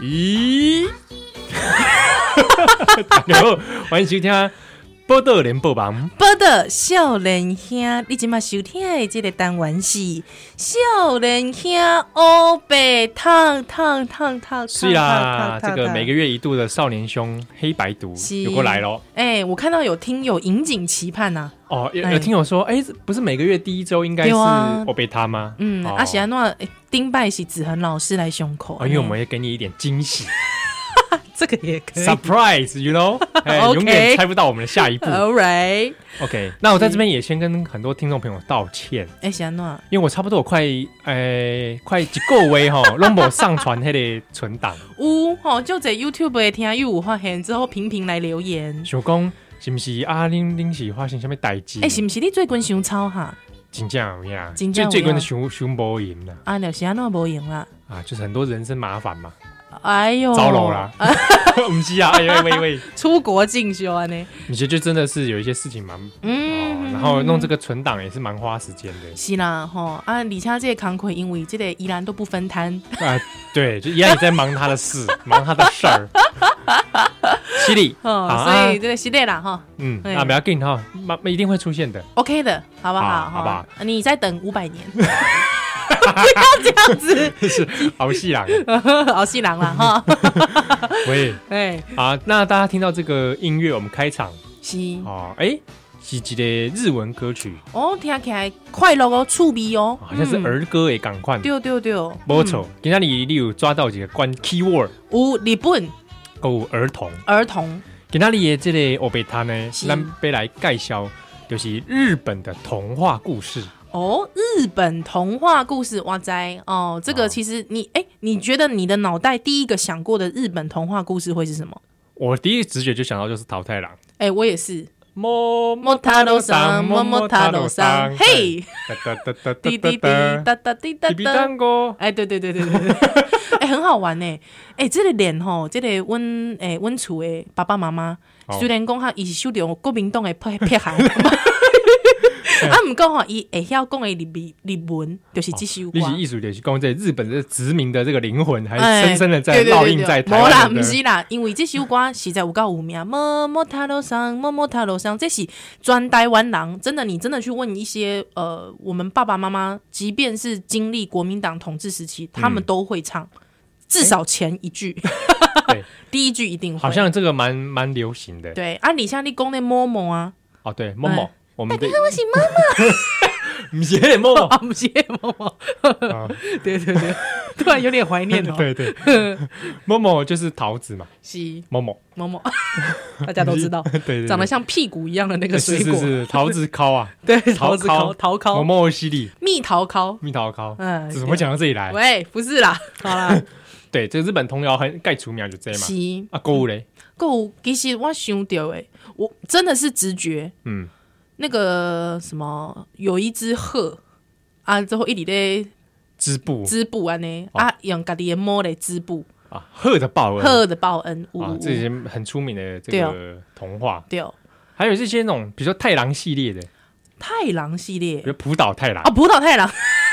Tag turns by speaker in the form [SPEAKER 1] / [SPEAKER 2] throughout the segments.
[SPEAKER 1] 咦， 大家好，欢迎收听《报道联播网
[SPEAKER 2] 报道少年兄，你即马收听的这个单元是少年兄乌白烫烫烫烫。》。
[SPEAKER 1] 是啦，这个每个
[SPEAKER 2] 月
[SPEAKER 1] 月一度的少年兄黑白读
[SPEAKER 2] 是
[SPEAKER 1] 有过来咯。
[SPEAKER 2] 哎、我看到有听友引颈期盼呐、
[SPEAKER 1] 哦，有
[SPEAKER 2] 哎
[SPEAKER 1] 有听友说，哎，不是每个月第一周应该是
[SPEAKER 2] 对啊
[SPEAKER 1] 我被他吗？
[SPEAKER 2] 嗯，
[SPEAKER 1] 哦
[SPEAKER 2] 阿喜安诺丁拜是子恒老师来胸口，
[SPEAKER 1] 哦，
[SPEAKER 2] 哎
[SPEAKER 1] 因为我们要给你一点惊喜
[SPEAKER 2] 这个也可以。
[SPEAKER 1] ，surprise，you know，哎，
[SPEAKER 2] 哎 OK 哦
[SPEAKER 1] 永远猜不到我们的下一步。
[SPEAKER 2] All right，
[SPEAKER 1] OK，那我在这边也先跟很多听众朋友道歉，
[SPEAKER 2] 哎、喜安诺，
[SPEAKER 1] 因为我差不多有快，哎，快一个月哈 l o m b o 上传那个存档。
[SPEAKER 2] 有吼，就在 YouTube 的听友有发现之后，频频来留言。
[SPEAKER 1] 想讲是毋是啊？恁恁是发生什么代志？
[SPEAKER 2] 哎、是毋是你最近想操哈？
[SPEAKER 1] 真正有影，
[SPEAKER 2] 真
[SPEAKER 1] 最
[SPEAKER 2] 正有影
[SPEAKER 1] 最近的熊熊无赢啦，
[SPEAKER 2] 啊，就是安诺无用啦。
[SPEAKER 1] 啊，就是很多人生麻烦嘛，
[SPEAKER 2] 哎呦，
[SPEAKER 1] 糟了 啦，毋是啊，哎呦喂喂喂，
[SPEAKER 2] 出国进修啊呢。
[SPEAKER 1] 你觉得就真的是有一些事情蛮哦，
[SPEAKER 2] 嗯，
[SPEAKER 1] 然后弄这
[SPEAKER 2] 个。
[SPEAKER 1] 个存档也是蛮花时间的
[SPEAKER 2] 是啦，吼啊！而且这个工课因为这个依然都不分摊，
[SPEAKER 1] 啊，对，就一样也在忙他的 事，忙他的事儿。犀利，
[SPEAKER 2] 哦，
[SPEAKER 1] 好
[SPEAKER 2] 所以
[SPEAKER 1] 啊
[SPEAKER 2] 这个是累啦，哈
[SPEAKER 1] 嗯，
[SPEAKER 2] 哎
[SPEAKER 1] 啊，不要紧哈，慢一定会出现的。
[SPEAKER 2] ，OK 的，好不
[SPEAKER 1] 好
[SPEAKER 2] 好？
[SPEAKER 1] 好不好
[SPEAKER 2] 吼？你再等五百年，不要这样子，
[SPEAKER 1] 是好戏啦，
[SPEAKER 2] 好戏郎啦，哈，
[SPEAKER 1] 喂
[SPEAKER 2] 哎，
[SPEAKER 1] 啊，那大家听到这个音乐，我们开场
[SPEAKER 2] 是
[SPEAKER 1] 哦，哎、是一个日文歌曲，
[SPEAKER 2] 哦，听起来快乐哦，趣味哦，
[SPEAKER 1] 好像是
[SPEAKER 2] 嗯，
[SPEAKER 1] 儿歌诶，赶快。
[SPEAKER 2] 对对对，
[SPEAKER 1] 没错，今天你你有抓到几个关 keyword，
[SPEAKER 2] 嗯，有日本
[SPEAKER 1] 有儿童。
[SPEAKER 2] 儿童
[SPEAKER 1] 今天你的这个欧贝塔呢，
[SPEAKER 2] 是
[SPEAKER 1] 咱要来介绍，就是日本的童话故事。
[SPEAKER 2] 哦，日本童话故事，哇塞哦，这
[SPEAKER 1] 哦
[SPEAKER 2] 个其实你哎、你觉得你的脑袋第一个想过的日本童话故事会是什么？
[SPEAKER 1] 我第一直觉就想到就是桃太郎。
[SPEAKER 2] 哎、我也是。
[SPEAKER 1] 摸
[SPEAKER 2] 莫塔罗桑，莫莫塔罗桑，嘿，
[SPEAKER 1] 哒哒哒哒
[SPEAKER 2] 滴
[SPEAKER 1] 滴滴
[SPEAKER 2] 滴滴
[SPEAKER 1] 滴哒
[SPEAKER 2] 哒哒滴哒
[SPEAKER 1] 滴滴
[SPEAKER 2] 哒。
[SPEAKER 1] 当哥，
[SPEAKER 2] 哎，对对对对对对，哎，很好玩呢。哎，这个脸吼，这个阮哎阮厝的爸爸妈妈
[SPEAKER 1] 哦，
[SPEAKER 2] 虽然讲哈，伊是受着国民党的迫迫 害，啊，毋过吼，伊会晓讲的日日日文，就是这首歌
[SPEAKER 1] 历。史艺术也是讲这哦日本的殖民的这个灵魂，还
[SPEAKER 2] 哎
[SPEAKER 1] 深深的在
[SPEAKER 2] 对对对
[SPEAKER 1] 烙印在
[SPEAKER 2] 对
[SPEAKER 1] 台
[SPEAKER 2] 无啦，
[SPEAKER 1] 湾人
[SPEAKER 2] 毋
[SPEAKER 1] 的
[SPEAKER 2] 是啦，因为这首歌实在有够有名，么么塔罗桑，么么塔罗桑，这是专台湾人。真的，你真的去问一些呃，我们爸爸妈妈，即便是经历国民党统治时期，他们都会唱，至少前一句，
[SPEAKER 1] 对
[SPEAKER 2] 第一句一定会。
[SPEAKER 1] 好像这个蛮蛮流行的。
[SPEAKER 2] 对啊，你像你讲的某某啊，
[SPEAKER 1] 哦，对，某某
[SPEAKER 2] 哎，
[SPEAKER 1] 我们的
[SPEAKER 2] 我是某
[SPEAKER 1] 不是某某
[SPEAKER 2] 某，啊，不是某某，
[SPEAKER 1] 啊
[SPEAKER 2] 对对对，突然有点怀念哦，
[SPEAKER 1] 对对，某某就是桃子嘛，
[SPEAKER 2] 是
[SPEAKER 1] 某某，
[SPEAKER 2] 某某，大家都知道
[SPEAKER 1] 对对，对
[SPEAKER 2] 长得像屁股一样的那个
[SPEAKER 1] 哎
[SPEAKER 2] 水
[SPEAKER 1] 是
[SPEAKER 2] 果
[SPEAKER 1] 是，是桃子糕啊，
[SPEAKER 2] 对，
[SPEAKER 1] 桃
[SPEAKER 2] 桃子糕，
[SPEAKER 1] 糕某
[SPEAKER 2] 桃糕，
[SPEAKER 1] 某西里
[SPEAKER 2] 蜜桃糕。
[SPEAKER 1] 蜜桃糕，
[SPEAKER 2] 嗯
[SPEAKER 1] 怎么讲到这里来？
[SPEAKER 2] 喂，不 是啦，好啦，
[SPEAKER 1] 对，这个日本童谣很盖除苗就这嘛
[SPEAKER 2] 是
[SPEAKER 1] 啊，购物嘞，
[SPEAKER 2] 够。其实我想到诶，我真的是直觉，
[SPEAKER 1] 嗯，
[SPEAKER 2] 那个什么，有一只鹤啊，之后一里咧
[SPEAKER 1] 织布
[SPEAKER 2] 织布安尼
[SPEAKER 1] 哦
[SPEAKER 2] 啊，用家己的毛来织布，
[SPEAKER 1] 啊，鹤的报恩
[SPEAKER 2] 鹤的报恩，有
[SPEAKER 1] 啊
[SPEAKER 2] 有，
[SPEAKER 1] 这
[SPEAKER 2] 有
[SPEAKER 1] 些很出名的这
[SPEAKER 2] 哦对啊
[SPEAKER 1] 个童话，
[SPEAKER 2] 对，
[SPEAKER 1] 还有这些那种，比如说太郎系列的，
[SPEAKER 2] 太郎系列
[SPEAKER 1] 比如浦岛太郎
[SPEAKER 2] 啊，，葡萄太郎，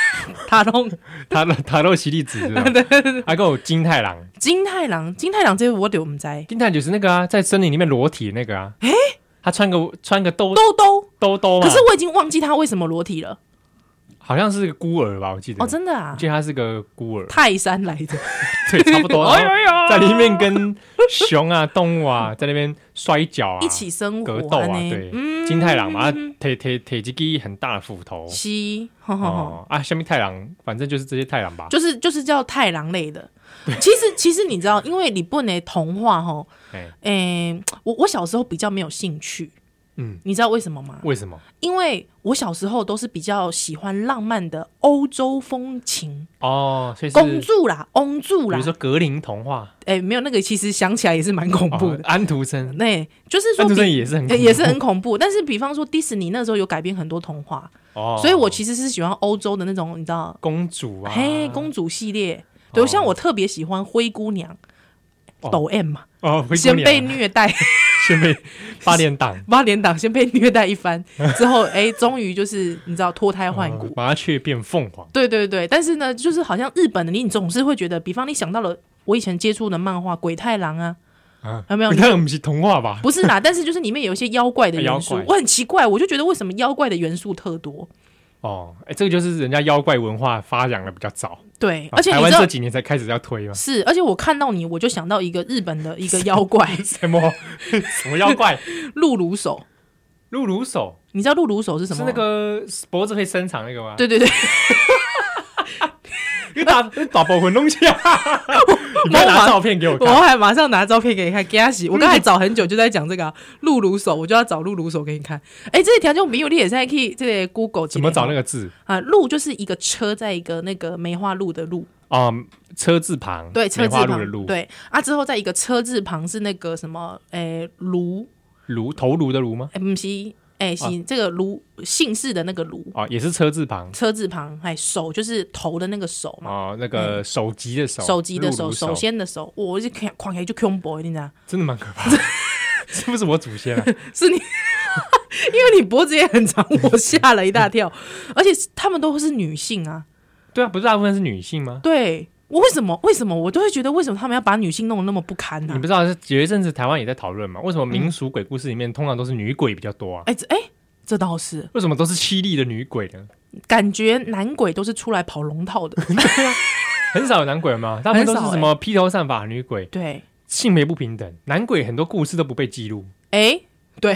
[SPEAKER 2] 塔通
[SPEAKER 1] 塔洛塔洛西利子， 对对对，还有金太郎，
[SPEAKER 2] 金太郎，金太郎这个我就唔知，
[SPEAKER 1] 金太郎就是那个啊，在森林里面裸体那个啊，诶，他穿个穿个兜
[SPEAKER 2] 兜兜，
[SPEAKER 1] 兜兜嘛，
[SPEAKER 2] 可是我已经忘记他为什么裸体了
[SPEAKER 1] 好像是个孤儿吧，我记得。
[SPEAKER 2] 哦，真的啊
[SPEAKER 1] 我，记得他是个孤 儿，
[SPEAKER 2] 泰山来的，
[SPEAKER 1] 对，差不多。然后
[SPEAKER 2] 哎呦
[SPEAKER 1] 在里面跟熊啊、动物 啊在那边摔跤啊，
[SPEAKER 2] 一起生活
[SPEAKER 1] 格斗啊，
[SPEAKER 2] 安尼
[SPEAKER 1] 对，
[SPEAKER 2] 嗯
[SPEAKER 1] 金太郎嘛，铁铁铁击机很大的斧头。
[SPEAKER 2] 是，吼吼吼，
[SPEAKER 1] 哦啊，下面太郎，反正就是这些太郎吧。
[SPEAKER 2] 就是就是叫太郎类的。其实其实你知道，因为你不能童话吼，
[SPEAKER 1] 哎，
[SPEAKER 2] 诶、我我小时候比较没有兴趣，
[SPEAKER 1] 嗯，
[SPEAKER 2] 你知道为什么吗？
[SPEAKER 1] 为什么？
[SPEAKER 2] 因为我小时候都是比较喜欢浪漫的欧洲风情，
[SPEAKER 1] 哦，所以是
[SPEAKER 2] 公主啦、翁主
[SPEAKER 1] 比
[SPEAKER 2] 啦
[SPEAKER 1] 如，说格林童话，
[SPEAKER 2] 诶、没有那个，其实想起来也是蛮恐怖
[SPEAKER 1] 哦
[SPEAKER 2] 的。
[SPEAKER 1] 安徒生，
[SPEAKER 2] 那、就是说
[SPEAKER 1] 安徒生
[SPEAKER 2] 比。
[SPEAKER 1] 也是很
[SPEAKER 2] 诶也是很恐怖，但是比方说迪士尼那时候有改编很多童话，
[SPEAKER 1] 哦，
[SPEAKER 2] 所以我其实是喜欢欧洲的那种，你知道，
[SPEAKER 1] 公主啊，
[SPEAKER 2] 嘿，公主系列，对，
[SPEAKER 1] 哦
[SPEAKER 2] 像我特别喜欢灰姑娘，
[SPEAKER 1] 哦
[SPEAKER 2] 抖 M 嘛，
[SPEAKER 1] 哦，灰姑
[SPEAKER 2] 先
[SPEAKER 1] 娘
[SPEAKER 2] 被虐待，
[SPEAKER 1] 先被八连档
[SPEAKER 2] 八连党先被虐待 一番之后，哎，终于就是你知道脱胎
[SPEAKER 1] 哦
[SPEAKER 2] 换
[SPEAKER 1] 嗯
[SPEAKER 2] 骨。
[SPEAKER 1] 麻雀变凤凰，
[SPEAKER 2] 对对对，但是呢，就是好像日本的你，你总是会觉得，比方你想到了我以前接触的漫画《鬼太郎》啊，
[SPEAKER 1] 啊，
[SPEAKER 2] 有没有
[SPEAKER 1] 你看我们是童话吧？
[SPEAKER 2] 不是啦，但是就是里面有一些妖怪的元素
[SPEAKER 1] 妖怪，
[SPEAKER 2] 我很奇怪，我就觉得为什么妖怪的元素特多？
[SPEAKER 1] 哦，哎、这个就是人家妖怪文化发扬的比较早，
[SPEAKER 2] 对，
[SPEAKER 1] 啊
[SPEAKER 2] 而且
[SPEAKER 1] 台
[SPEAKER 2] 你
[SPEAKER 1] 湾
[SPEAKER 2] 知
[SPEAKER 1] 这
[SPEAKER 2] 道
[SPEAKER 1] 几年才开始要推嘛。
[SPEAKER 2] 是，而且我看到你，我就想到一个日本的一个妖怪
[SPEAKER 1] 什么 什么妖怪？
[SPEAKER 2] 露乳手，
[SPEAKER 1] 露乳手
[SPEAKER 2] 你知道露乳手是什
[SPEAKER 1] 是
[SPEAKER 2] 么？
[SPEAKER 1] 那，个脖子会伸长那个吗？，
[SPEAKER 2] 对对对，
[SPEAKER 1] 你打你打爆魂东西 啊！你不要拿照片给我
[SPEAKER 2] 我
[SPEAKER 1] 看。
[SPEAKER 2] 还马上拿照片给你看，给 他洗。我刚才找很久就在讲这个啊露乳手，我就要找露乳手给你看。哎、这条就没有，你也在可以这个 Google
[SPEAKER 1] 怎么找那
[SPEAKER 2] 个
[SPEAKER 1] 个字？
[SPEAKER 2] 啊？露就是一个车在一个那个梅花鹿的鹿，
[SPEAKER 1] 嗯，车字旁，
[SPEAKER 2] 对，车
[SPEAKER 1] 梅
[SPEAKER 2] 字
[SPEAKER 1] 花
[SPEAKER 2] 旁
[SPEAKER 1] 鹿的鹿，，
[SPEAKER 2] 对啊，之后在一个车字旁是那个什么，诶、卢，
[SPEAKER 1] 炉头颅的颅吗？
[SPEAKER 2] 诶、不是，诶、
[SPEAKER 1] 啊
[SPEAKER 2] 是、这个卢姓氏的那个卢，
[SPEAKER 1] 哦，也是车字旁。
[SPEAKER 2] 车字旁，哎，手就是头的那个手嘛。
[SPEAKER 1] 哦，那个手机的手，
[SPEAKER 2] 嗯手机的
[SPEAKER 1] 露
[SPEAKER 2] 手，
[SPEAKER 1] 乳
[SPEAKER 2] 首先的手，我就看狂起来就 combo，你知道吗？
[SPEAKER 1] 真的蛮 可怕的。是不是我祖先啊？
[SPEAKER 2] 是你， 因为你脖子也很长，我吓了一大 跳。而且他们都是女性啊，
[SPEAKER 1] 对啊，不是大部分是女性吗？
[SPEAKER 2] 对我为什么为什么我都会觉得为什么他们要把女性弄得那么不堪啊呢、
[SPEAKER 1] 你不知道是啊有一阵子台湾也在讨论嘛？为什么民俗鬼故事里面通常都是女鬼比较多啊？
[SPEAKER 2] 哎、这哎、这倒是，
[SPEAKER 1] 为什么都是凄厉的女鬼呢？
[SPEAKER 2] 感觉男鬼都是出来跑龙 套的，
[SPEAKER 1] 啊很少有欸男鬼嘛，大部分都是
[SPEAKER 2] 很少
[SPEAKER 1] 什么披头散发的女鬼，
[SPEAKER 2] 对。
[SPEAKER 1] 性别不平等，男鬼很多故事都不被记录，
[SPEAKER 2] 哎、对，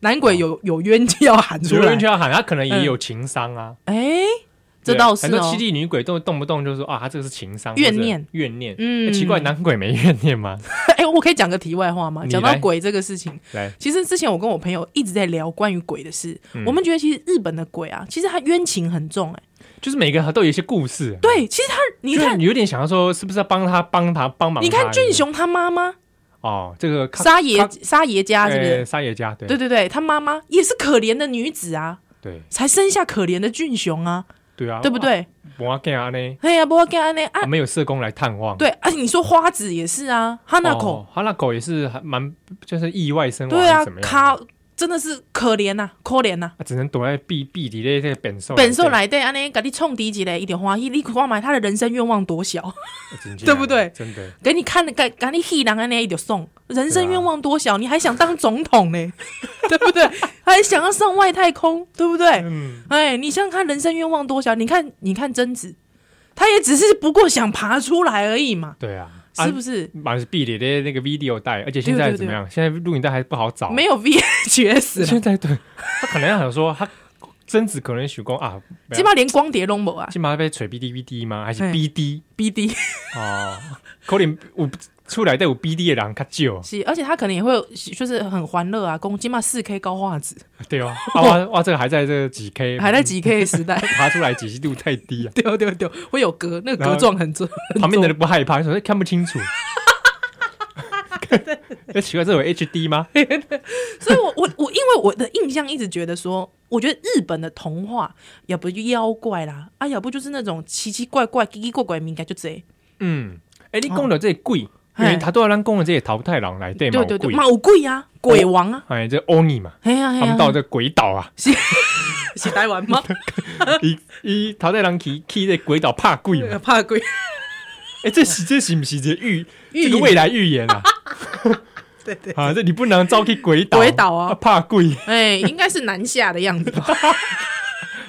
[SPEAKER 2] 男鬼有有冤气要喊出
[SPEAKER 1] 哦有
[SPEAKER 2] 来
[SPEAKER 1] 人。就要喊他可能也有情商啊，
[SPEAKER 2] 哎、
[SPEAKER 1] 对
[SPEAKER 2] 这
[SPEAKER 1] 啊
[SPEAKER 2] 倒是
[SPEAKER 1] 很多
[SPEAKER 2] 哦
[SPEAKER 1] 凄。厉女鬼都动不动就说啊，他这个是情商，
[SPEAKER 2] 怨
[SPEAKER 1] 或者
[SPEAKER 2] 念，
[SPEAKER 1] 怨念。欸
[SPEAKER 2] 嗯
[SPEAKER 1] 奇怪，男鬼没怨念吗？
[SPEAKER 2] 哎、我可以讲个题外话吗？
[SPEAKER 1] 你
[SPEAKER 2] 讲到
[SPEAKER 1] 来
[SPEAKER 2] 鬼这个事情，
[SPEAKER 1] 来，
[SPEAKER 2] 其实之前我跟我朋友一直在聊关于鬼的事。
[SPEAKER 1] 嗯
[SPEAKER 2] 我们觉得其实日本的鬼啊，其实他冤情很重、哎，
[SPEAKER 1] 就是每个都有一些故事，
[SPEAKER 2] 对，其实他，你
[SPEAKER 1] 就是
[SPEAKER 2] 看，
[SPEAKER 1] 你有点想要说，是不是要帮他帮他帮忙他？
[SPEAKER 2] 你看俊
[SPEAKER 1] 对不对
[SPEAKER 2] 雄他妈妈
[SPEAKER 1] 哦，这个看
[SPEAKER 2] 沙爷
[SPEAKER 1] 康
[SPEAKER 2] 沙爷家是不
[SPEAKER 1] 呃
[SPEAKER 2] 是？
[SPEAKER 1] 沙野家，对
[SPEAKER 2] 对
[SPEAKER 1] 对
[SPEAKER 2] 对对，他妈妈也是可怜的女子啊，
[SPEAKER 1] 对
[SPEAKER 2] 才生下可怜的俊雄啊，
[SPEAKER 1] 对啊，
[SPEAKER 2] 对不？对？
[SPEAKER 1] 我干啊呢？
[SPEAKER 2] 哎呀，不要跟安内啊
[SPEAKER 1] 我，们有社工来探望，
[SPEAKER 2] 对，而且你说花子也是啊，哈娜口
[SPEAKER 1] 哦，哈那狗也是还蛮就是意外身亡，
[SPEAKER 2] 对啊
[SPEAKER 1] 怎么，样？
[SPEAKER 2] 卡真的是可怜呐、可怜呐、
[SPEAKER 1] 啊只能躲在壁壁底的这个本兽
[SPEAKER 2] 本寿来对安尼，给你冲敌几嘞，一点花一，你看买他的人生愿望多小，
[SPEAKER 1] 真的
[SPEAKER 2] 对不对
[SPEAKER 1] 啊真的，
[SPEAKER 2] 给你看的，给给你黑人安尼一点送，人生愿望多小，你还想当总统呢，
[SPEAKER 1] 啊
[SPEAKER 2] 对不对？还想要上外太空，对不对？
[SPEAKER 1] 嗯，
[SPEAKER 2] 哎，你想想看，人生愿望多小？你看，你看贞子，她也只是不过想爬出来而已嘛，
[SPEAKER 1] 对啊，
[SPEAKER 2] 是
[SPEAKER 1] 啊
[SPEAKER 2] 不是？
[SPEAKER 1] 满是壁里的那个 video 带，而且现在
[SPEAKER 2] 对对对
[SPEAKER 1] 怎么样？现在录影带还不好找，
[SPEAKER 2] 没 有 VHS 了，
[SPEAKER 1] 现在对他可能想说他贞子可能许光啊，
[SPEAKER 2] 基本上连光碟都没有啊
[SPEAKER 1] 起码被锤 B D V D 吗？还是
[SPEAKER 2] 嘿
[SPEAKER 1] B D
[SPEAKER 2] ，BD。
[SPEAKER 1] 哦？可能有出来带有 B D 的人较少，
[SPEAKER 2] 是，而且他可能也会有就是很欢乐啊，公鸡嘛四 K 高画质，
[SPEAKER 1] 对哦，啊 哇哇，这个还在这个几 K，，
[SPEAKER 2] 还在几 K 的时代
[SPEAKER 1] 爬出来解析度太低啊，
[SPEAKER 2] 丢丢丢，会有格，那个
[SPEAKER 1] 然
[SPEAKER 2] 格
[SPEAKER 1] 后
[SPEAKER 2] 状很重，
[SPEAKER 1] 旁边的人不害怕，说哎看不清 楚。哎，奇怪，这有 HD 吗？
[SPEAKER 2] 所以我我我因为我的印象一直觉得说，我觉得日本的童话要不就妖怪啦，啊要不就是那种奇奇怪怪、奇奇怪怪的敏感就这，
[SPEAKER 1] 嗯，哎，你讲到这个鬼，因
[SPEAKER 2] 嘿
[SPEAKER 1] 为他都要咱讲的这个桃太郎来对嘛，
[SPEAKER 2] 对哦对
[SPEAKER 1] 有
[SPEAKER 2] 对，
[SPEAKER 1] 鬼，
[SPEAKER 2] 嘛有鬼啊，鬼王啊，
[SPEAKER 1] 哎，这欧尼嘛，
[SPEAKER 2] 哎呀哎
[SPEAKER 1] 他
[SPEAKER 2] 呀
[SPEAKER 1] 们，到这鬼岛 啊，
[SPEAKER 2] 是台湾 吗？
[SPEAKER 1] 伊伊桃太郎去去这鬼岛怕鬼嘛，
[SPEAKER 2] 怕鬼，
[SPEAKER 1] 哎，这是这是不是这预
[SPEAKER 2] 预
[SPEAKER 1] 这个
[SPEAKER 2] 言
[SPEAKER 1] 未来预言 啊？
[SPEAKER 2] 对对，
[SPEAKER 1] 啊，这你不能招去鬼岛，
[SPEAKER 2] 鬼岛啊
[SPEAKER 1] 怕鬼，
[SPEAKER 2] 哎，应该是南下的样子吧，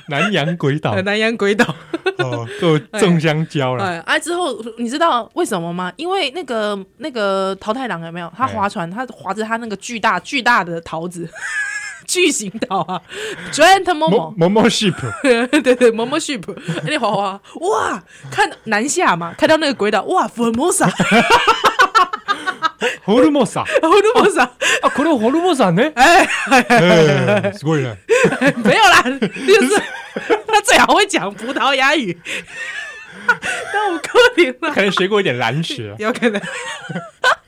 [SPEAKER 1] 南洋鬼岛
[SPEAKER 2] 南洋鬼岛。
[SPEAKER 1] 哦，够种香蕉了，
[SPEAKER 2] 哎，啊之后你知道为什么吗？因为那个那个桃太郎有没有？他
[SPEAKER 1] 哎
[SPEAKER 2] 划船，他划着他那个巨大巨大的桃子， 巨型岛啊，Giant
[SPEAKER 1] 某
[SPEAKER 2] Momo，
[SPEAKER 1] 某某 ship。
[SPEAKER 2] 对对，Momo Ship，哎那滑滑，哇，看南下嘛，看到那个鬼岛，哇，Formosa，
[SPEAKER 1] ホルモサ
[SPEAKER 2] ，Formosa，
[SPEAKER 1] あこれホルモサね。
[SPEAKER 2] 哎，
[SPEAKER 1] ええすごい ね。
[SPEAKER 2] 没有啦，就是他最好会讲葡萄牙语， 那我柯林了。
[SPEAKER 1] 可能学过一点蓝啊学，
[SPEAKER 2] 有可能。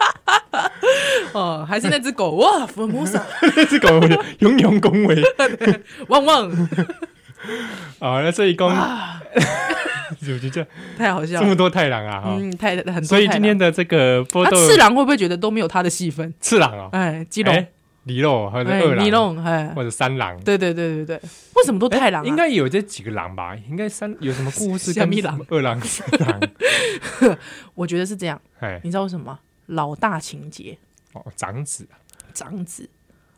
[SPEAKER 2] 哦，还是那只狗哇，福尔摩萨，
[SPEAKER 1] 这只狗永永恭维
[SPEAKER 2] 汪汪，
[SPEAKER 1] 啊！那所以公， 就就这样
[SPEAKER 2] 太好笑
[SPEAKER 1] 这么
[SPEAKER 2] 了。
[SPEAKER 1] 多太郎啊哈。
[SPEAKER 2] 嗯，太很多
[SPEAKER 1] 所以
[SPEAKER 2] 太
[SPEAKER 1] 今
[SPEAKER 2] 郎
[SPEAKER 1] 天的这个波
[SPEAKER 2] 啊，
[SPEAKER 1] 豆
[SPEAKER 2] 次郎会不会觉得都没有他的戏份？
[SPEAKER 1] 次郎啊，
[SPEAKER 2] 哎，基隆
[SPEAKER 1] 哎，狸肉或者
[SPEAKER 2] 哎，
[SPEAKER 1] 二
[SPEAKER 2] 尼
[SPEAKER 1] 郎
[SPEAKER 2] 龙，哎，
[SPEAKER 1] 或者三郎，
[SPEAKER 2] 对对对对对，为什么都太郎啊？
[SPEAKER 1] 哎应该有这几个狼吧？应该三有什么故事
[SPEAKER 2] 虾
[SPEAKER 1] 跟
[SPEAKER 2] 米
[SPEAKER 1] 什
[SPEAKER 2] 郎
[SPEAKER 1] 么二郎、三郎？
[SPEAKER 2] 我觉得是这样，
[SPEAKER 1] 哎，
[SPEAKER 2] 你知道为什么吗？老大情节，
[SPEAKER 1] 哦，长子。
[SPEAKER 2] 长子，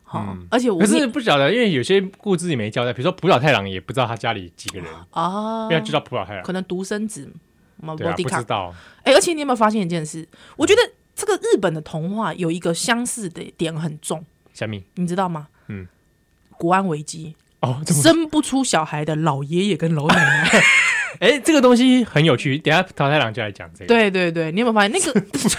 [SPEAKER 2] 好、
[SPEAKER 1] 嗯
[SPEAKER 2] 而且我
[SPEAKER 1] 可是不晓得，因为有些故事里没交代，比如说浦岛太郎也不知道他家里几个人，
[SPEAKER 2] 啊
[SPEAKER 1] 因为，他知道浦岛太郎，
[SPEAKER 2] 可能独生子嘛，
[SPEAKER 1] 对啊，
[SPEAKER 2] 迪
[SPEAKER 1] 不
[SPEAKER 2] 卡
[SPEAKER 1] 知，道，
[SPEAKER 2] 哎、而且你有没有发现一件事？我觉得这个日本的童话有一个相似的点很重，
[SPEAKER 1] 虾米
[SPEAKER 2] 你知道吗？
[SPEAKER 1] 嗯，
[SPEAKER 2] 国安危机
[SPEAKER 1] 哦，这么
[SPEAKER 2] 生不出小孩的老爷爷跟老奶奶，
[SPEAKER 1] 哎，这个东西很有趣，等一下浦岛太郎就来讲这个。
[SPEAKER 2] 对对对，你有没有发现那个？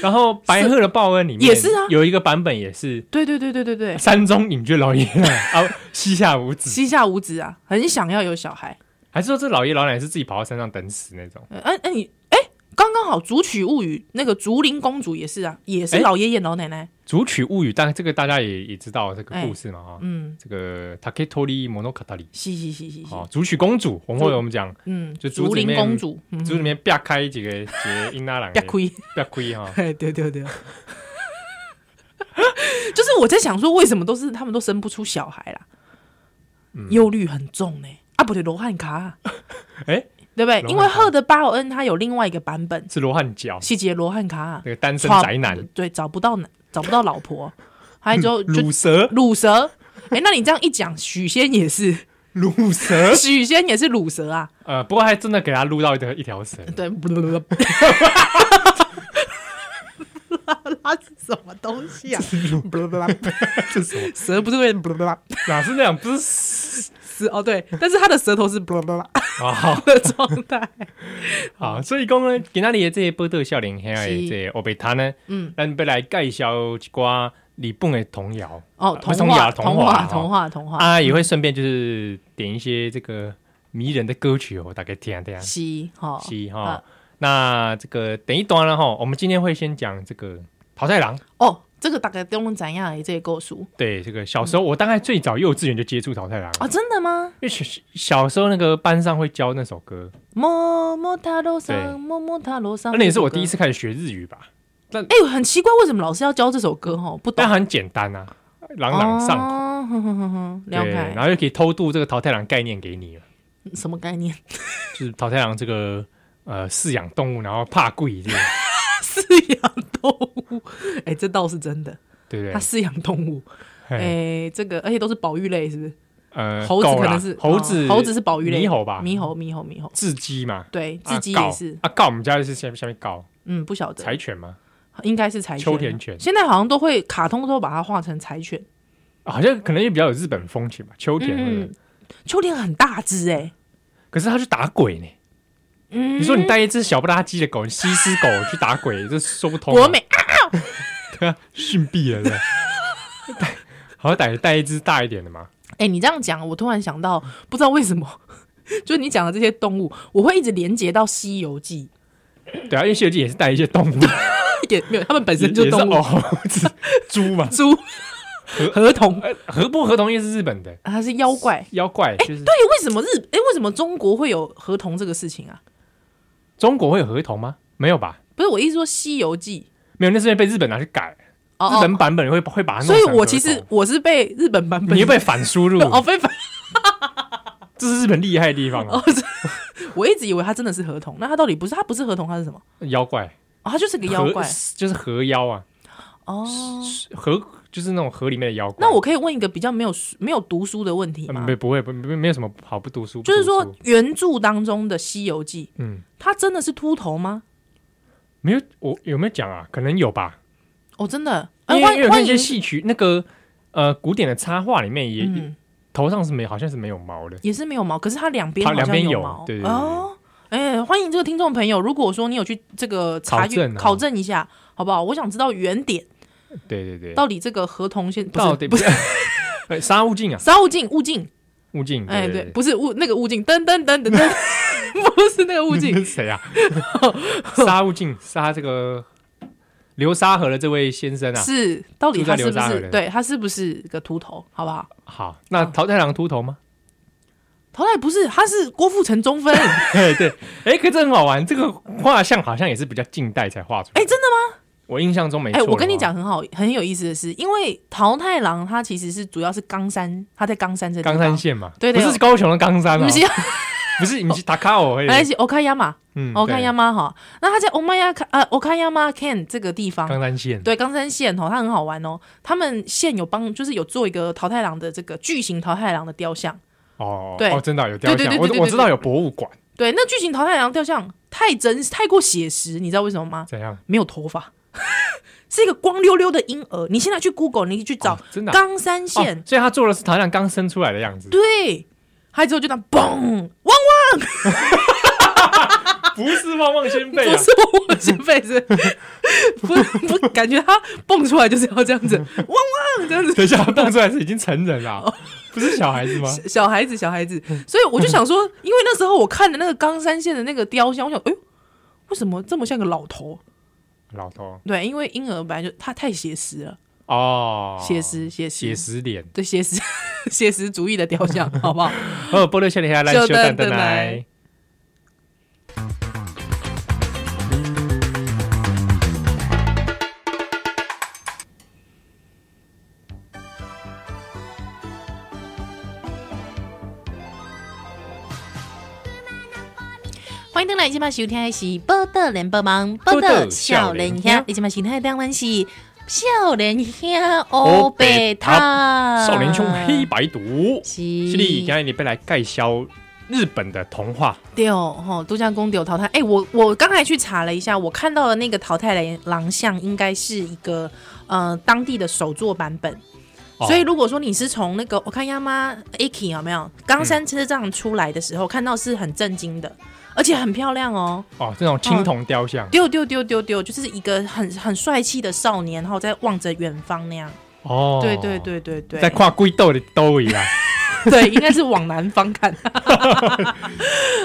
[SPEAKER 1] 然后白鹤的报恩里面
[SPEAKER 2] 也是啊
[SPEAKER 1] 有一个版本也是
[SPEAKER 2] 对对对对对对，
[SPEAKER 1] 山中隐居老爷奶奶啊，膝下无子，
[SPEAKER 2] 膝下无子啊，很想要有小孩。
[SPEAKER 1] 还是说这老爷老奶奶是自己跑到山上等死那种？
[SPEAKER 2] 呃哎、哎你哎，刚、刚好《竹取物语》那个竹林公主也是啊，也是
[SPEAKER 1] 哎
[SPEAKER 2] 老爷爷老奶奶。
[SPEAKER 1] 《竹取物语》，但这个大家也也知道这个
[SPEAKER 2] 哎
[SPEAKER 1] 故事嘛啊，
[SPEAKER 2] 嗯，
[SPEAKER 1] 这个 Taketori Monogatari
[SPEAKER 2] 嘻嘻嘻嘻嘻，
[SPEAKER 1] 哦，竹取公主，我们
[SPEAKER 2] 嗯竹
[SPEAKER 1] 会我们讲
[SPEAKER 2] 嗯，
[SPEAKER 1] 就竹
[SPEAKER 2] 竹
[SPEAKER 1] 子里
[SPEAKER 2] 林
[SPEAKER 1] 面
[SPEAKER 2] 公主，嗯，
[SPEAKER 1] 竹里面啪开几个几 个英拉郎
[SPEAKER 2] 不
[SPEAKER 1] 的，
[SPEAKER 2] 要亏。
[SPEAKER 1] 啪开哦哈，
[SPEAKER 2] 哎，对对对，就是我在想说，为什么都是他们都生不出小孩啦？
[SPEAKER 1] 嗯
[SPEAKER 2] 忧虑很重呢、啊，不对，罗汉卡啊，
[SPEAKER 1] 哎
[SPEAKER 2] 对不
[SPEAKER 1] 罗汉
[SPEAKER 2] 对？
[SPEAKER 1] 卡
[SPEAKER 2] 因为赫德巴尔恩他有另外一个版本，
[SPEAKER 1] 是罗汉脚，
[SPEAKER 2] 细节罗汉卡啊
[SPEAKER 1] 那个单身
[SPEAKER 2] 闯
[SPEAKER 1] 宅男，
[SPEAKER 2] 对，找不到男，找不到老婆，还有就 就
[SPEAKER 1] 乳蛇，
[SPEAKER 2] 乳蛇。哎，那你这样一讲，许仙 也是，，
[SPEAKER 1] 乳蛇
[SPEAKER 2] 许仙也是乳蛇啊，
[SPEAKER 1] 呃，不过还真的给他撸到一条一条蛇，
[SPEAKER 2] 对，不不不不，拉拉是什么东西啊？不不不不。
[SPEAKER 1] 这是什么？
[SPEAKER 2] 蛇不是会 blah blah blah
[SPEAKER 1] 哪是那样？不是
[SPEAKER 2] 是哦对，但是它的舌头是 blah blah blah
[SPEAKER 1] 啊，好
[SPEAKER 2] 的状态。
[SPEAKER 1] 好，所以讲呢，今仔日的这些报道少年兄的
[SPEAKER 2] 是
[SPEAKER 1] 这欧贝塔呢，
[SPEAKER 2] 嗯，
[SPEAKER 1] 咱要来介绍一寡日本的童谣
[SPEAKER 2] 哦，
[SPEAKER 1] 不
[SPEAKER 2] 童
[SPEAKER 1] 是童
[SPEAKER 2] 话，
[SPEAKER 1] 谣
[SPEAKER 2] 童
[SPEAKER 1] 童
[SPEAKER 2] 话，
[SPEAKER 1] 话
[SPEAKER 2] 童话，童话。
[SPEAKER 1] 啊，也会顺便就是点一些这个迷人的歌曲哦，大概听听。
[SPEAKER 2] 西哈
[SPEAKER 1] 是哈
[SPEAKER 2] 啊。
[SPEAKER 1] 那这个等一段了哈，我们今天会先讲这个桃太郎。
[SPEAKER 2] 哦，这个大概都能怎样？这个构书
[SPEAKER 1] 对，这个小时候我大概最早幼稚园就接触桃太郎，
[SPEAKER 2] 啊，真的吗？
[SPEAKER 1] 因为小小时候那个班上会教那首歌，
[SPEAKER 2] 么么塔罗
[SPEAKER 1] 对
[SPEAKER 2] 桑，么么塔罗桑，
[SPEAKER 1] 那也是我第一。次开始学日语吧。
[SPEAKER 2] 哎，很奇怪，为什么老师要教这首歌？哦，不懂
[SPEAKER 1] 但。很简单啊，朗朗上口。
[SPEAKER 2] 口，哼哼哼哼哦了
[SPEAKER 1] 对，
[SPEAKER 2] 解
[SPEAKER 1] 然。后又可以偷渡这个桃太郎概念给你了，
[SPEAKER 2] 什么概念？
[SPEAKER 1] 就是桃太郎这个呃饲养动物，然后怕贵 这样，
[SPEAKER 2] 饲养动物，哎，这倒是真的。
[SPEAKER 1] 对不
[SPEAKER 2] 它
[SPEAKER 1] 对？
[SPEAKER 2] 饲养动物，
[SPEAKER 1] 嘿
[SPEAKER 2] 哎，这个而且都是保育类，是不是？
[SPEAKER 1] 呃，
[SPEAKER 2] 猴子
[SPEAKER 1] 狗啦
[SPEAKER 2] 可能是
[SPEAKER 1] 猴子，
[SPEAKER 2] 哦猴子是保育类，
[SPEAKER 1] 猕猴吧，
[SPEAKER 2] 猕猴，猕猴，猕猴。
[SPEAKER 1] 雉鸡嘛，
[SPEAKER 2] 对，
[SPEAKER 1] 啊
[SPEAKER 2] 自己
[SPEAKER 1] 狗
[SPEAKER 2] 也是，
[SPEAKER 1] 啊，告我们家就是下下面告
[SPEAKER 2] 嗯，不晓得
[SPEAKER 1] 柴犬嘛，
[SPEAKER 2] 应该是柴犬啊，
[SPEAKER 1] 秋田犬
[SPEAKER 2] 现在好像都会卡通都把它画成柴犬，
[SPEAKER 1] 啊好像可能也比较有日本风情吧，秋田。对不
[SPEAKER 2] 嗯
[SPEAKER 1] 对，
[SPEAKER 2] 秋田很大只哎、
[SPEAKER 1] 可是他去打鬼呢，
[SPEAKER 2] 嗯，
[SPEAKER 1] 你说你带一只小不拉几的狗，西施狗去打鬼，这说不通啊。
[SPEAKER 2] 国美啊
[SPEAKER 1] 对啊，逊毙了对不对。 好歹带一只大一点的嘛，
[SPEAKER 2] 哎、你这样讲，我突然想到，不知道为什么， 就你讲的这些动物，我会一直连接到《西游记
[SPEAKER 1] 对啊，因为《西游记》也是带一些动物，》，
[SPEAKER 2] 也没有，他们本
[SPEAKER 1] 也
[SPEAKER 2] 身就是动物，
[SPEAKER 1] 哦，猴子、猪嘛，
[SPEAKER 2] 猪、 河童，
[SPEAKER 1] 呃，合不合同也是日本的
[SPEAKER 2] 啊它是妖怪。
[SPEAKER 1] 妖怪，就是
[SPEAKER 2] 对，为什么日？哎、为什么中国会有河童这个事情啊？
[SPEAKER 1] 中国会有合同吗？没有吧？
[SPEAKER 2] 不是我意思说《西游记
[SPEAKER 1] 没有，那是因为被日本拿去改，》
[SPEAKER 2] 哦
[SPEAKER 1] 日本
[SPEAKER 2] 哦，
[SPEAKER 1] 版本会会把它弄
[SPEAKER 2] 所
[SPEAKER 1] 成
[SPEAKER 2] 以
[SPEAKER 1] 合同。
[SPEAKER 2] 我其实我是被日本版本
[SPEAKER 1] 你又 被反输入，
[SPEAKER 2] 哦被反
[SPEAKER 1] 这是日本厉害的地方啊！
[SPEAKER 2] 哦，这我一直以为他真的是合同，那他到底不是？他不是合同，他是什么？
[SPEAKER 1] 妖怪，
[SPEAKER 2] 哦，他就是个妖怪
[SPEAKER 1] 合就是河妖啊，
[SPEAKER 2] 哦。
[SPEAKER 1] 河就是那种河里面的妖怪。
[SPEAKER 2] 那我可以问一个比较没有书没有读书的问题
[SPEAKER 1] 呃
[SPEAKER 2] 吗？
[SPEAKER 1] 没不会不没没有什么好不读书，不
[SPEAKER 2] 就是说
[SPEAKER 1] 读书，
[SPEAKER 2] 原著当中的《西游记》，
[SPEAKER 1] 嗯，
[SPEAKER 2] 它真的是秃头吗？
[SPEAKER 1] 没有我有没有讲啊？可能有吧，
[SPEAKER 2] 哦，真的，
[SPEAKER 1] 因
[SPEAKER 2] 哎，
[SPEAKER 1] 为
[SPEAKER 2] 欢
[SPEAKER 1] 因为
[SPEAKER 2] 迎
[SPEAKER 1] 有看
[SPEAKER 2] 欢
[SPEAKER 1] 一
[SPEAKER 2] 迎
[SPEAKER 1] 些，戏曲那个呃古典的插画里面也
[SPEAKER 2] 嗯，
[SPEAKER 1] 头上是没好像是没有毛的，
[SPEAKER 2] 也是没有毛，可是它两边
[SPEAKER 1] 它
[SPEAKER 2] 好像
[SPEAKER 1] 两边有
[SPEAKER 2] 毛，
[SPEAKER 1] 对对对
[SPEAKER 2] 哦。哎，欢迎这个听众朋友，如果说你有去这个查
[SPEAKER 1] 考证啊
[SPEAKER 2] 考证一下，好不好？我想知道原点
[SPEAKER 1] 对对对，
[SPEAKER 2] 到底这个合同现不
[SPEAKER 1] 到
[SPEAKER 2] 是
[SPEAKER 1] 底不
[SPEAKER 2] 不是
[SPEAKER 1] 是呃杀物镜啊，
[SPEAKER 2] 沙悟净悟净，
[SPEAKER 1] 物镜，
[SPEAKER 2] 哎，对，
[SPEAKER 1] 嗯对，
[SPEAKER 2] 不是悟那个悟净，噔噔噔噔噔， 不是那个 悟净，
[SPEAKER 1] 是谁啊？杀物镜杀这个流沙河的这位先生啊，
[SPEAKER 2] 是，到底
[SPEAKER 1] 住在
[SPEAKER 2] 他是
[SPEAKER 1] 流
[SPEAKER 2] 不
[SPEAKER 1] 沙河
[SPEAKER 2] 是
[SPEAKER 1] 的
[SPEAKER 2] 对他是不是个秃头，好不好？
[SPEAKER 1] 好，
[SPEAKER 2] 哦
[SPEAKER 1] 那桃太郎秃头吗？
[SPEAKER 2] 头来不是，他是郭富城中分，哎、
[SPEAKER 1] 哎对，哎，可这很好玩，这个画像好像也是比较近代才画出来，
[SPEAKER 2] 真的吗？
[SPEAKER 1] 我印象中 没
[SPEAKER 2] 哎、
[SPEAKER 1] 错。哦
[SPEAKER 2] 我跟你，讲很好很有意思的是，因为桃太郎他其实是主要是冈山，他在冈山这地方
[SPEAKER 1] 冈山县嘛，
[SPEAKER 2] 对对
[SPEAKER 1] 不是高雄的冈山
[SPEAKER 2] 不
[SPEAKER 1] 啊，
[SPEAKER 2] 是， 哎
[SPEAKER 1] 不是，你是塔卡 尔，
[SPEAKER 2] 而是哦 Okayama
[SPEAKER 1] 嗯，对
[SPEAKER 2] Okayama 哈，那他在 Omaya 呃 Okayama Ken 这个地方，
[SPEAKER 1] 冈山县，
[SPEAKER 2] 对冈山县哦，它很好玩哦。他们县有帮，就是有做一个桃太郎的这个巨型桃太郎的雕像。
[SPEAKER 1] 哦，
[SPEAKER 2] 对
[SPEAKER 1] 哦，真的啊有雕
[SPEAKER 2] 对对
[SPEAKER 1] 像，
[SPEAKER 2] 对
[SPEAKER 1] 我
[SPEAKER 2] 对对
[SPEAKER 1] 我知道有博物馆，
[SPEAKER 2] 对，那巨型桃太郎雕像太真实，太过写实，你知道为什么吗？
[SPEAKER 1] 怎样？
[SPEAKER 2] 没有头发， 是一个光溜溜的婴儿。你现在去 Google，你去找
[SPEAKER 1] 哦真的啊
[SPEAKER 2] 冈山县，
[SPEAKER 1] 哦所以他做的是好像刚生出来的样子，
[SPEAKER 2] 对，还之后就当嘣，汪汪，
[SPEAKER 1] 不是旺旺仙
[SPEAKER 2] 不
[SPEAKER 1] 贝啊，
[SPEAKER 2] 是我我先辈子， 不不，感觉他蹦出来就是要这样子，汪汪这样子。
[SPEAKER 1] 等一下，他蹦出来是已经成人啦，
[SPEAKER 2] 哦
[SPEAKER 1] 不是小孩子吗？
[SPEAKER 2] 小孩子，小孩子，所以我就想说， 因为那时候我看的那个冈山县的那个雕像，我想，哎呦，为什么这么像个老头？
[SPEAKER 1] 老头
[SPEAKER 2] 对，因为婴儿本来就他太写实了，
[SPEAKER 1] 哦，
[SPEAKER 2] 写实，写实，
[SPEAKER 1] 写实脸，
[SPEAKER 2] 对，写实， 写实主义的雕 像，好不好？
[SPEAKER 1] 哦，波多笑脸下来
[SPEAKER 2] 就
[SPEAKER 1] 秀蛋蛋
[SPEAKER 2] 等
[SPEAKER 1] 来
[SPEAKER 2] 等来。欢迎登来，今晚收听的是《报道联播网》，报道少年兄，你今晚收听的单元是《少年兄欧贝哦塔》，
[SPEAKER 1] 少年兄黑白读，
[SPEAKER 2] 是
[SPEAKER 1] 犀利，今天你被来介绍日本的童话，
[SPEAKER 2] 对哦，吼，度假宫有淘汰。哎、我我刚才去查了一下，我看到的那个淘汰狼像应该是一个呃当地的手作版本。
[SPEAKER 1] 哦嗯
[SPEAKER 2] 所以如果说你是从那个我看亚妈 Aki 有没有冈山车站出来的时候，看到是很震惊的，而且很漂亮哦。
[SPEAKER 1] 哦，这种青铜雕像，
[SPEAKER 2] 丢丢丢丢丢，就是一个很很帅气的少年，然后在望着远方那样。
[SPEAKER 1] 哦，
[SPEAKER 2] 对对，对对对，
[SPEAKER 1] 在跨龟豆的兜里啦，
[SPEAKER 2] 对，应该是往南方看。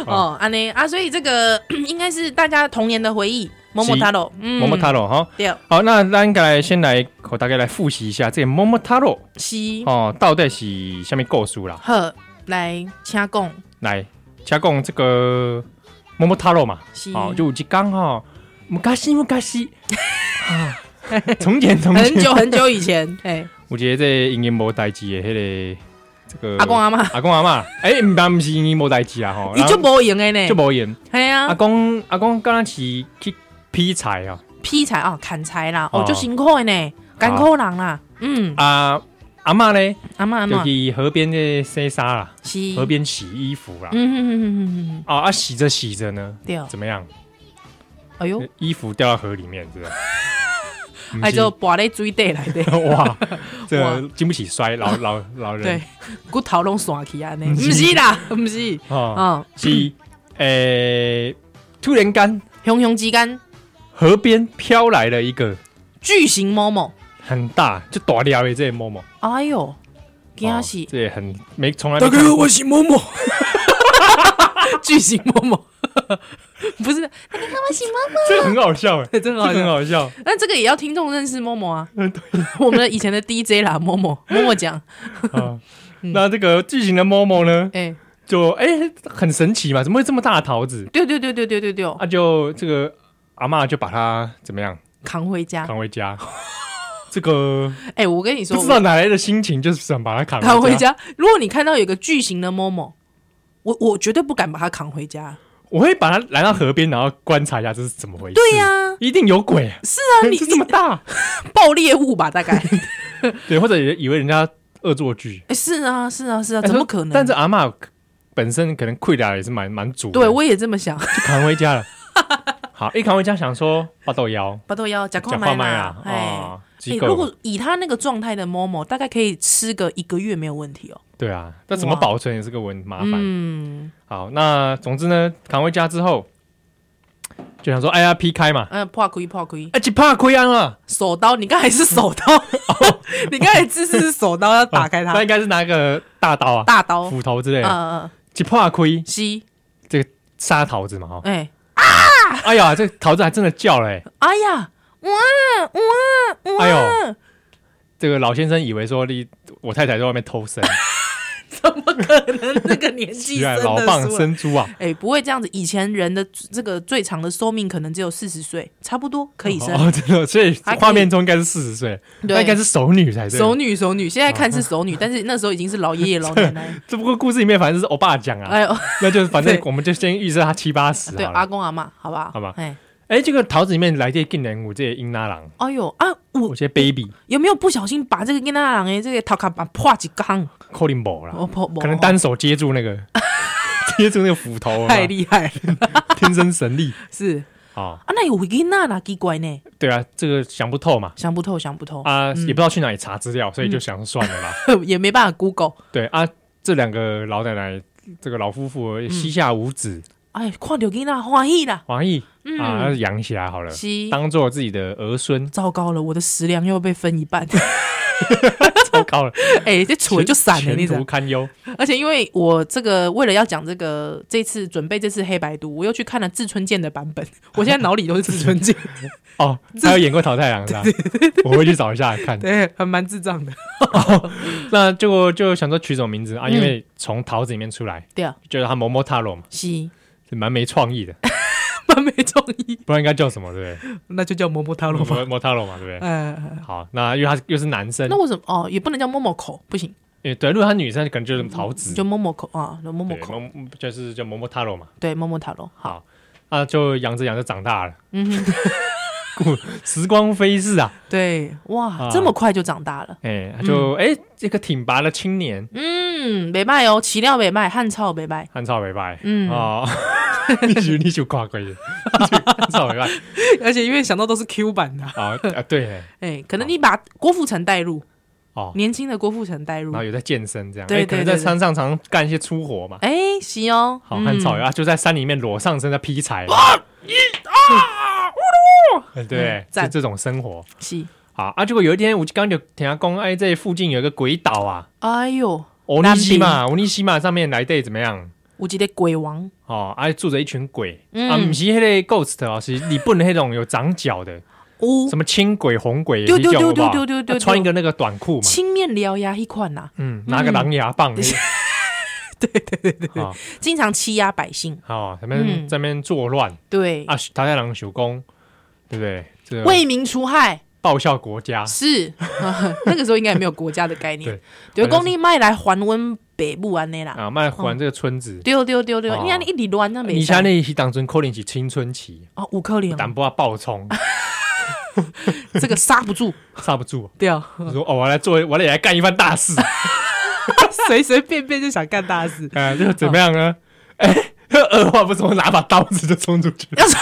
[SPEAKER 2] 哦，安内啊，所以这个 应该是大家童年的回忆。某某塔罗，嗯，
[SPEAKER 1] 摸摸塔罗哈。
[SPEAKER 2] 对，
[SPEAKER 1] 好，那咱该先来，我大概来复习一下这摸摸塔罗
[SPEAKER 2] 西
[SPEAKER 1] 哦，到底是下面故事啦？
[SPEAKER 2] 呵来请讲
[SPEAKER 1] 来，加讲这个摸摸塔罗嘛，
[SPEAKER 2] 西，
[SPEAKER 1] 哦，就有一天哈，昔 昔啊，从前从前
[SPEAKER 2] 很，久很久以 前，哎，
[SPEAKER 1] 有一个这因因无代志的迄个这个
[SPEAKER 2] 阿公阿妈，
[SPEAKER 1] 阿公阿嬷，哎，毋但毋是因因无代志啊吼，
[SPEAKER 2] 你就无用的呢
[SPEAKER 1] 就，无啊言。
[SPEAKER 2] 哎
[SPEAKER 1] 阿
[SPEAKER 2] 呀，
[SPEAKER 1] 公阿公刚刚是去劈柴啊，
[SPEAKER 2] 劈柴啊，砍柴啦，
[SPEAKER 1] 哦
[SPEAKER 2] 哦，就辛苦的呢，干苦人啦，嗯，
[SPEAKER 1] 啊阿嬷呢
[SPEAKER 2] 阿妈阿
[SPEAKER 1] 就
[SPEAKER 2] 妈，
[SPEAKER 1] 去河边这洗衫啦，
[SPEAKER 2] 西，
[SPEAKER 1] 河边洗衣服啦
[SPEAKER 2] 嗯，哦嗯嗯嗯嗯嗯，
[SPEAKER 1] 啊啊洗着洗着呢，
[SPEAKER 2] 对，
[SPEAKER 1] 怎么样？
[SPEAKER 2] 哎呦，
[SPEAKER 1] 衣服掉到河里面，是吧？不
[SPEAKER 2] 哎
[SPEAKER 1] 是
[SPEAKER 2] 就拔咧水底来的，
[SPEAKER 1] 哇，这
[SPEAKER 2] 哇
[SPEAKER 1] 经不起摔，老老老人
[SPEAKER 2] 对，骨头拢散去啊，呢，
[SPEAKER 1] 不
[SPEAKER 2] 不
[SPEAKER 1] 是
[SPEAKER 2] 是啦，不是，
[SPEAKER 1] 哦，
[SPEAKER 2] 嗯，
[SPEAKER 1] 是诶，突然间
[SPEAKER 2] 熊熊之间
[SPEAKER 1] 河边飘来了一个
[SPEAKER 2] 巨型某某，
[SPEAKER 1] 很大就大料的这个某某，
[SPEAKER 2] 哎呦，惊
[SPEAKER 1] 哦
[SPEAKER 2] 死！
[SPEAKER 1] 这也很没从来没看过
[SPEAKER 2] 我是某某，巨型某某，不是，
[SPEAKER 1] 这个很好 笑哎，
[SPEAKER 2] 对真的好
[SPEAKER 1] 这个很
[SPEAKER 2] 笑。
[SPEAKER 1] 好笑，
[SPEAKER 2] 但这个也要听众认识某某啊，我们的以前的 DJ 啦，某某某某讲，
[SPEAKER 1] 啊。
[SPEAKER 2] 嗯
[SPEAKER 1] 那这个巨型的某某呢，
[SPEAKER 2] 哎，
[SPEAKER 1] 就哎、很神奇嘛，怎么会这么大的桃子？
[SPEAKER 2] 对对对对对对对，
[SPEAKER 1] 啊，就这个阿嬷就把它怎么样
[SPEAKER 2] 扛回家。
[SPEAKER 1] 扛回家。 这个
[SPEAKER 2] 哎，啊我跟你说
[SPEAKER 1] 不，知道哪来的心情，就是想把它扛
[SPEAKER 2] 扛
[SPEAKER 1] 回
[SPEAKER 2] 回
[SPEAKER 1] 家。
[SPEAKER 2] 家。如果你看到有个巨型的某某，我我绝对不敢把它扛回家。
[SPEAKER 1] 我会把它来到河边，然后观察一下这是怎么回事。
[SPEAKER 2] 对、呀，
[SPEAKER 1] 一定有鬼，
[SPEAKER 2] 是啊，你
[SPEAKER 1] 这这么
[SPEAKER 2] 你
[SPEAKER 1] 大，
[SPEAKER 2] 爆裂物吧，大概。
[SPEAKER 1] 对，或者以为人家恶作剧，
[SPEAKER 2] 哎，是啊，是啊，是啊，怎么可能？
[SPEAKER 1] 但是阿嬷本身可能溃的也是蛮蛮足的，
[SPEAKER 2] 对我也这么想。
[SPEAKER 1] 就扛回 家了。好，一扛回家想说八豆腰，
[SPEAKER 2] 巴豆腰假
[SPEAKER 1] 讲
[SPEAKER 2] 矿
[SPEAKER 1] 话
[SPEAKER 2] 麦
[SPEAKER 1] 麦
[SPEAKER 2] 啦
[SPEAKER 1] 啊，，
[SPEAKER 2] 哎。
[SPEAKER 1] 哦，
[SPEAKER 2] 哎
[SPEAKER 1] 机
[SPEAKER 2] 如
[SPEAKER 1] 构
[SPEAKER 2] 果以他那个状态的 Momo，大概可以吃个一个月没有问题哦。
[SPEAKER 1] 对啊，那怎么
[SPEAKER 2] 哇
[SPEAKER 1] 保存也是个问麻烦。
[SPEAKER 2] 嗯，
[SPEAKER 1] 好，那总之呢，扛回家之后就想说，哎呀，劈开嘛，
[SPEAKER 2] 呃，破亏破亏，
[SPEAKER 1] 哎，一怕亏安了，
[SPEAKER 2] 手刀，你刚才是手 刀，你刚才姿势是手刀，要打开
[SPEAKER 1] 那
[SPEAKER 2] 它，
[SPEAKER 1] 应该是拿个大刀啊、
[SPEAKER 2] 大刀，
[SPEAKER 1] 斧头之类的，
[SPEAKER 2] 呃呃，
[SPEAKER 1] 一怕亏
[SPEAKER 2] 吸，
[SPEAKER 1] 杀桃子嘛， 哈，
[SPEAKER 2] 哎，
[SPEAKER 1] 哎呀，这桃子还真的叫嘞，
[SPEAKER 2] 哎呀，哇哇
[SPEAKER 1] 哎呦
[SPEAKER 2] 哇，
[SPEAKER 1] 这个老先生以为说你我太太在外面偷生，
[SPEAKER 2] 怎么可能那个年纪
[SPEAKER 1] 居
[SPEAKER 2] 生
[SPEAKER 1] 然
[SPEAKER 2] 的
[SPEAKER 1] 老蚌
[SPEAKER 2] 出来
[SPEAKER 1] 生珠啊！
[SPEAKER 2] 哎、不会这样子。以前人的这个最长的寿命可能只有四十岁，差不多可以生。
[SPEAKER 1] 哦，真的，所以
[SPEAKER 2] 还可以
[SPEAKER 1] 画面中应该是四十岁，那
[SPEAKER 2] 对
[SPEAKER 1] 应该是熟女才对。哦
[SPEAKER 2] 熟女，熟女，现在看是熟女，但是那时候已经是老爷爷、老 奶奶。
[SPEAKER 1] 只不过故事里面反正是欧巴讲啊，
[SPEAKER 2] 哎呦，
[SPEAKER 1] 那就是反正
[SPEAKER 2] 对
[SPEAKER 1] 我们就先预测他七八十
[SPEAKER 2] 啊对，
[SPEAKER 1] 好
[SPEAKER 2] 阿
[SPEAKER 1] 了。
[SPEAKER 2] 公阿妈，好不好？
[SPEAKER 1] 好吧
[SPEAKER 2] 哎，
[SPEAKER 1] 哎，这个桃子里面来这近年我这些英拉郎，
[SPEAKER 2] 哎呦啊，我
[SPEAKER 1] 有些 baby
[SPEAKER 2] 有没有不小心把这个跟那人诶，这个头壳把破一缸？
[SPEAKER 1] calling ball 啦，
[SPEAKER 2] 我破，
[SPEAKER 1] 啊可能单手接住那个 接住那个斧头，啊
[SPEAKER 2] 哦太厉害了，
[SPEAKER 1] 天生神力
[SPEAKER 2] 是
[SPEAKER 1] 啊！
[SPEAKER 2] 啊，那有囡仔啦，奇怪呢，
[SPEAKER 1] 对啊，这个想不透嘛
[SPEAKER 2] 想不透，想不透，
[SPEAKER 1] 啊，也不知道去哪里查资料，所以就想说算了啦。
[SPEAKER 2] 也没办法 Google。
[SPEAKER 1] 对啊，这两个老奶奶，这个老夫妇呃膝下无子，
[SPEAKER 2] 哎，看到囡仔欢喜啦，
[SPEAKER 1] 王毅啊，那
[SPEAKER 2] 嗯，
[SPEAKER 1] 就养起来好了，
[SPEAKER 2] 是。，
[SPEAKER 1] 当做自己的儿孙
[SPEAKER 2] 糟糕了，我的食粮又被分一半，
[SPEAKER 1] 糟糕了，
[SPEAKER 2] 哎、这腿就散了，
[SPEAKER 1] 前
[SPEAKER 2] 你知道
[SPEAKER 1] 途。堪 忧。
[SPEAKER 2] 而且因为我这个为了要讲这个这次准备这次黑白读，我又去看了志村健的版本，我现在脑里都是志村 健，
[SPEAKER 1] 哦，他有演过《桃太 郎》是吧？我会去找一下看。
[SPEAKER 2] 对，还蛮智障的。
[SPEAKER 1] 那就就想说取什么名字啊？因
[SPEAKER 2] 嗯
[SPEAKER 1] 为从桃子里面出来，
[SPEAKER 2] 对啊，
[SPEAKER 1] 就是他某某塔罗嘛，
[SPEAKER 2] 是
[SPEAKER 1] 是蛮没创意的，
[SPEAKER 2] 蛮没创意，
[SPEAKER 1] 不然应该叫什么对
[SPEAKER 2] 那就叫摸摸他
[SPEAKER 1] 不
[SPEAKER 2] 了
[SPEAKER 1] 对？
[SPEAKER 2] 吧。
[SPEAKER 1] 某某塔罗嘛，对不对？
[SPEAKER 2] 呃，
[SPEAKER 1] 好，那因为他又是男生
[SPEAKER 2] 那，为什么哦？也不能叫摸摸口，不行，
[SPEAKER 1] 因为对，如果他女生可能就是桃子，
[SPEAKER 2] 就摸摸口啊，就摸摸
[SPEAKER 1] 嗯对
[SPEAKER 2] 口，
[SPEAKER 1] 某就是叫某某塔罗嘛。
[SPEAKER 2] 对，摸摸塔罗。好，
[SPEAKER 1] 啊，就养着养着长大了，
[SPEAKER 2] 嗯哼，
[SPEAKER 1] 时光飞逝啊，
[SPEAKER 2] 对，哇，
[SPEAKER 1] 啊
[SPEAKER 2] 这么快就长大了，
[SPEAKER 1] 哎、就哎、这个挺拔的青年，
[SPEAKER 2] 嗯，北麦哦，奇料北麦，汉草北麦，
[SPEAKER 1] 汉朝为拜，
[SPEAKER 2] 嗯
[SPEAKER 1] 哦， 你就你就夸鬼，你就汉朝为拜
[SPEAKER 2] 而且因为想到都是 Q 版的，
[SPEAKER 1] 啊啊对，哎
[SPEAKER 2] 哎，可能你把郭富城带入，
[SPEAKER 1] 哦，
[SPEAKER 2] 年轻的郭富城带入
[SPEAKER 1] 然后，有在健身这样，
[SPEAKER 2] 对
[SPEAKER 1] 哎可能
[SPEAKER 2] 对对
[SPEAKER 1] 在
[SPEAKER 2] 对
[SPEAKER 1] 山上常干一些粗活嘛，
[SPEAKER 2] 哎，行哦，
[SPEAKER 1] 好
[SPEAKER 2] 嗯啊
[SPEAKER 1] 汉朝为啊就在山里面裸上身在劈柴，哎对
[SPEAKER 2] 嗯，
[SPEAKER 1] 就
[SPEAKER 2] 赞
[SPEAKER 1] 这种生活。
[SPEAKER 2] 嗯是，
[SPEAKER 1] 好啊，结果有一天，我就刚就听他讲，哎，这附近有一个鬼岛啊，
[SPEAKER 2] 哎呦，
[SPEAKER 1] 欧尼西嘛，欧尼西嘛上面来对怎么样？
[SPEAKER 2] 有一个鬼王，
[SPEAKER 1] 哦，啊，住着一群鬼，
[SPEAKER 2] 嗯
[SPEAKER 1] 啊，不是迄个 ghost 哦，是日本的那种有长脚的，
[SPEAKER 2] 有
[SPEAKER 1] 什么青鬼、红鬼，
[SPEAKER 2] 对
[SPEAKER 1] 你叫好不好
[SPEAKER 2] 对对对对对对
[SPEAKER 1] 啊穿一个那个短裤嘛，
[SPEAKER 2] 青面獠牙一款啊呐、
[SPEAKER 1] 嗯，拿个狼牙棒，对 对对对对，
[SPEAKER 2] 经常欺压百姓，
[SPEAKER 1] 好，咱
[SPEAKER 2] 嗯
[SPEAKER 1] 们这边作乱
[SPEAKER 2] 对，
[SPEAKER 1] 啊，桃太郎手工，对不对？这个
[SPEAKER 2] 为民除害
[SPEAKER 1] 报效国家，
[SPEAKER 2] 是， 那个时候应该也没有国家的概念，对，
[SPEAKER 1] 啊对
[SPEAKER 2] 公你卖来还温北部安内啦，
[SPEAKER 1] 啊，卖还这个村子。
[SPEAKER 2] 丢丢丢丢，
[SPEAKER 1] 哦
[SPEAKER 2] 你看你一里乱那嗯啊没
[SPEAKER 1] 你
[SPEAKER 2] 啥
[SPEAKER 1] 像那是当中可能是青春期，
[SPEAKER 2] 哦，五克林
[SPEAKER 1] 胆波爆冲，
[SPEAKER 2] 这个刹不住，
[SPEAKER 1] 刹不住。
[SPEAKER 2] 对啊，
[SPEAKER 1] 我说哦，我来做，我来来干一番大事。
[SPEAKER 2] 随随便便就想干大事，
[SPEAKER 1] 啊，就怎么样呢？哎，二话不说，拿把刀子就冲出去。
[SPEAKER 2] 要是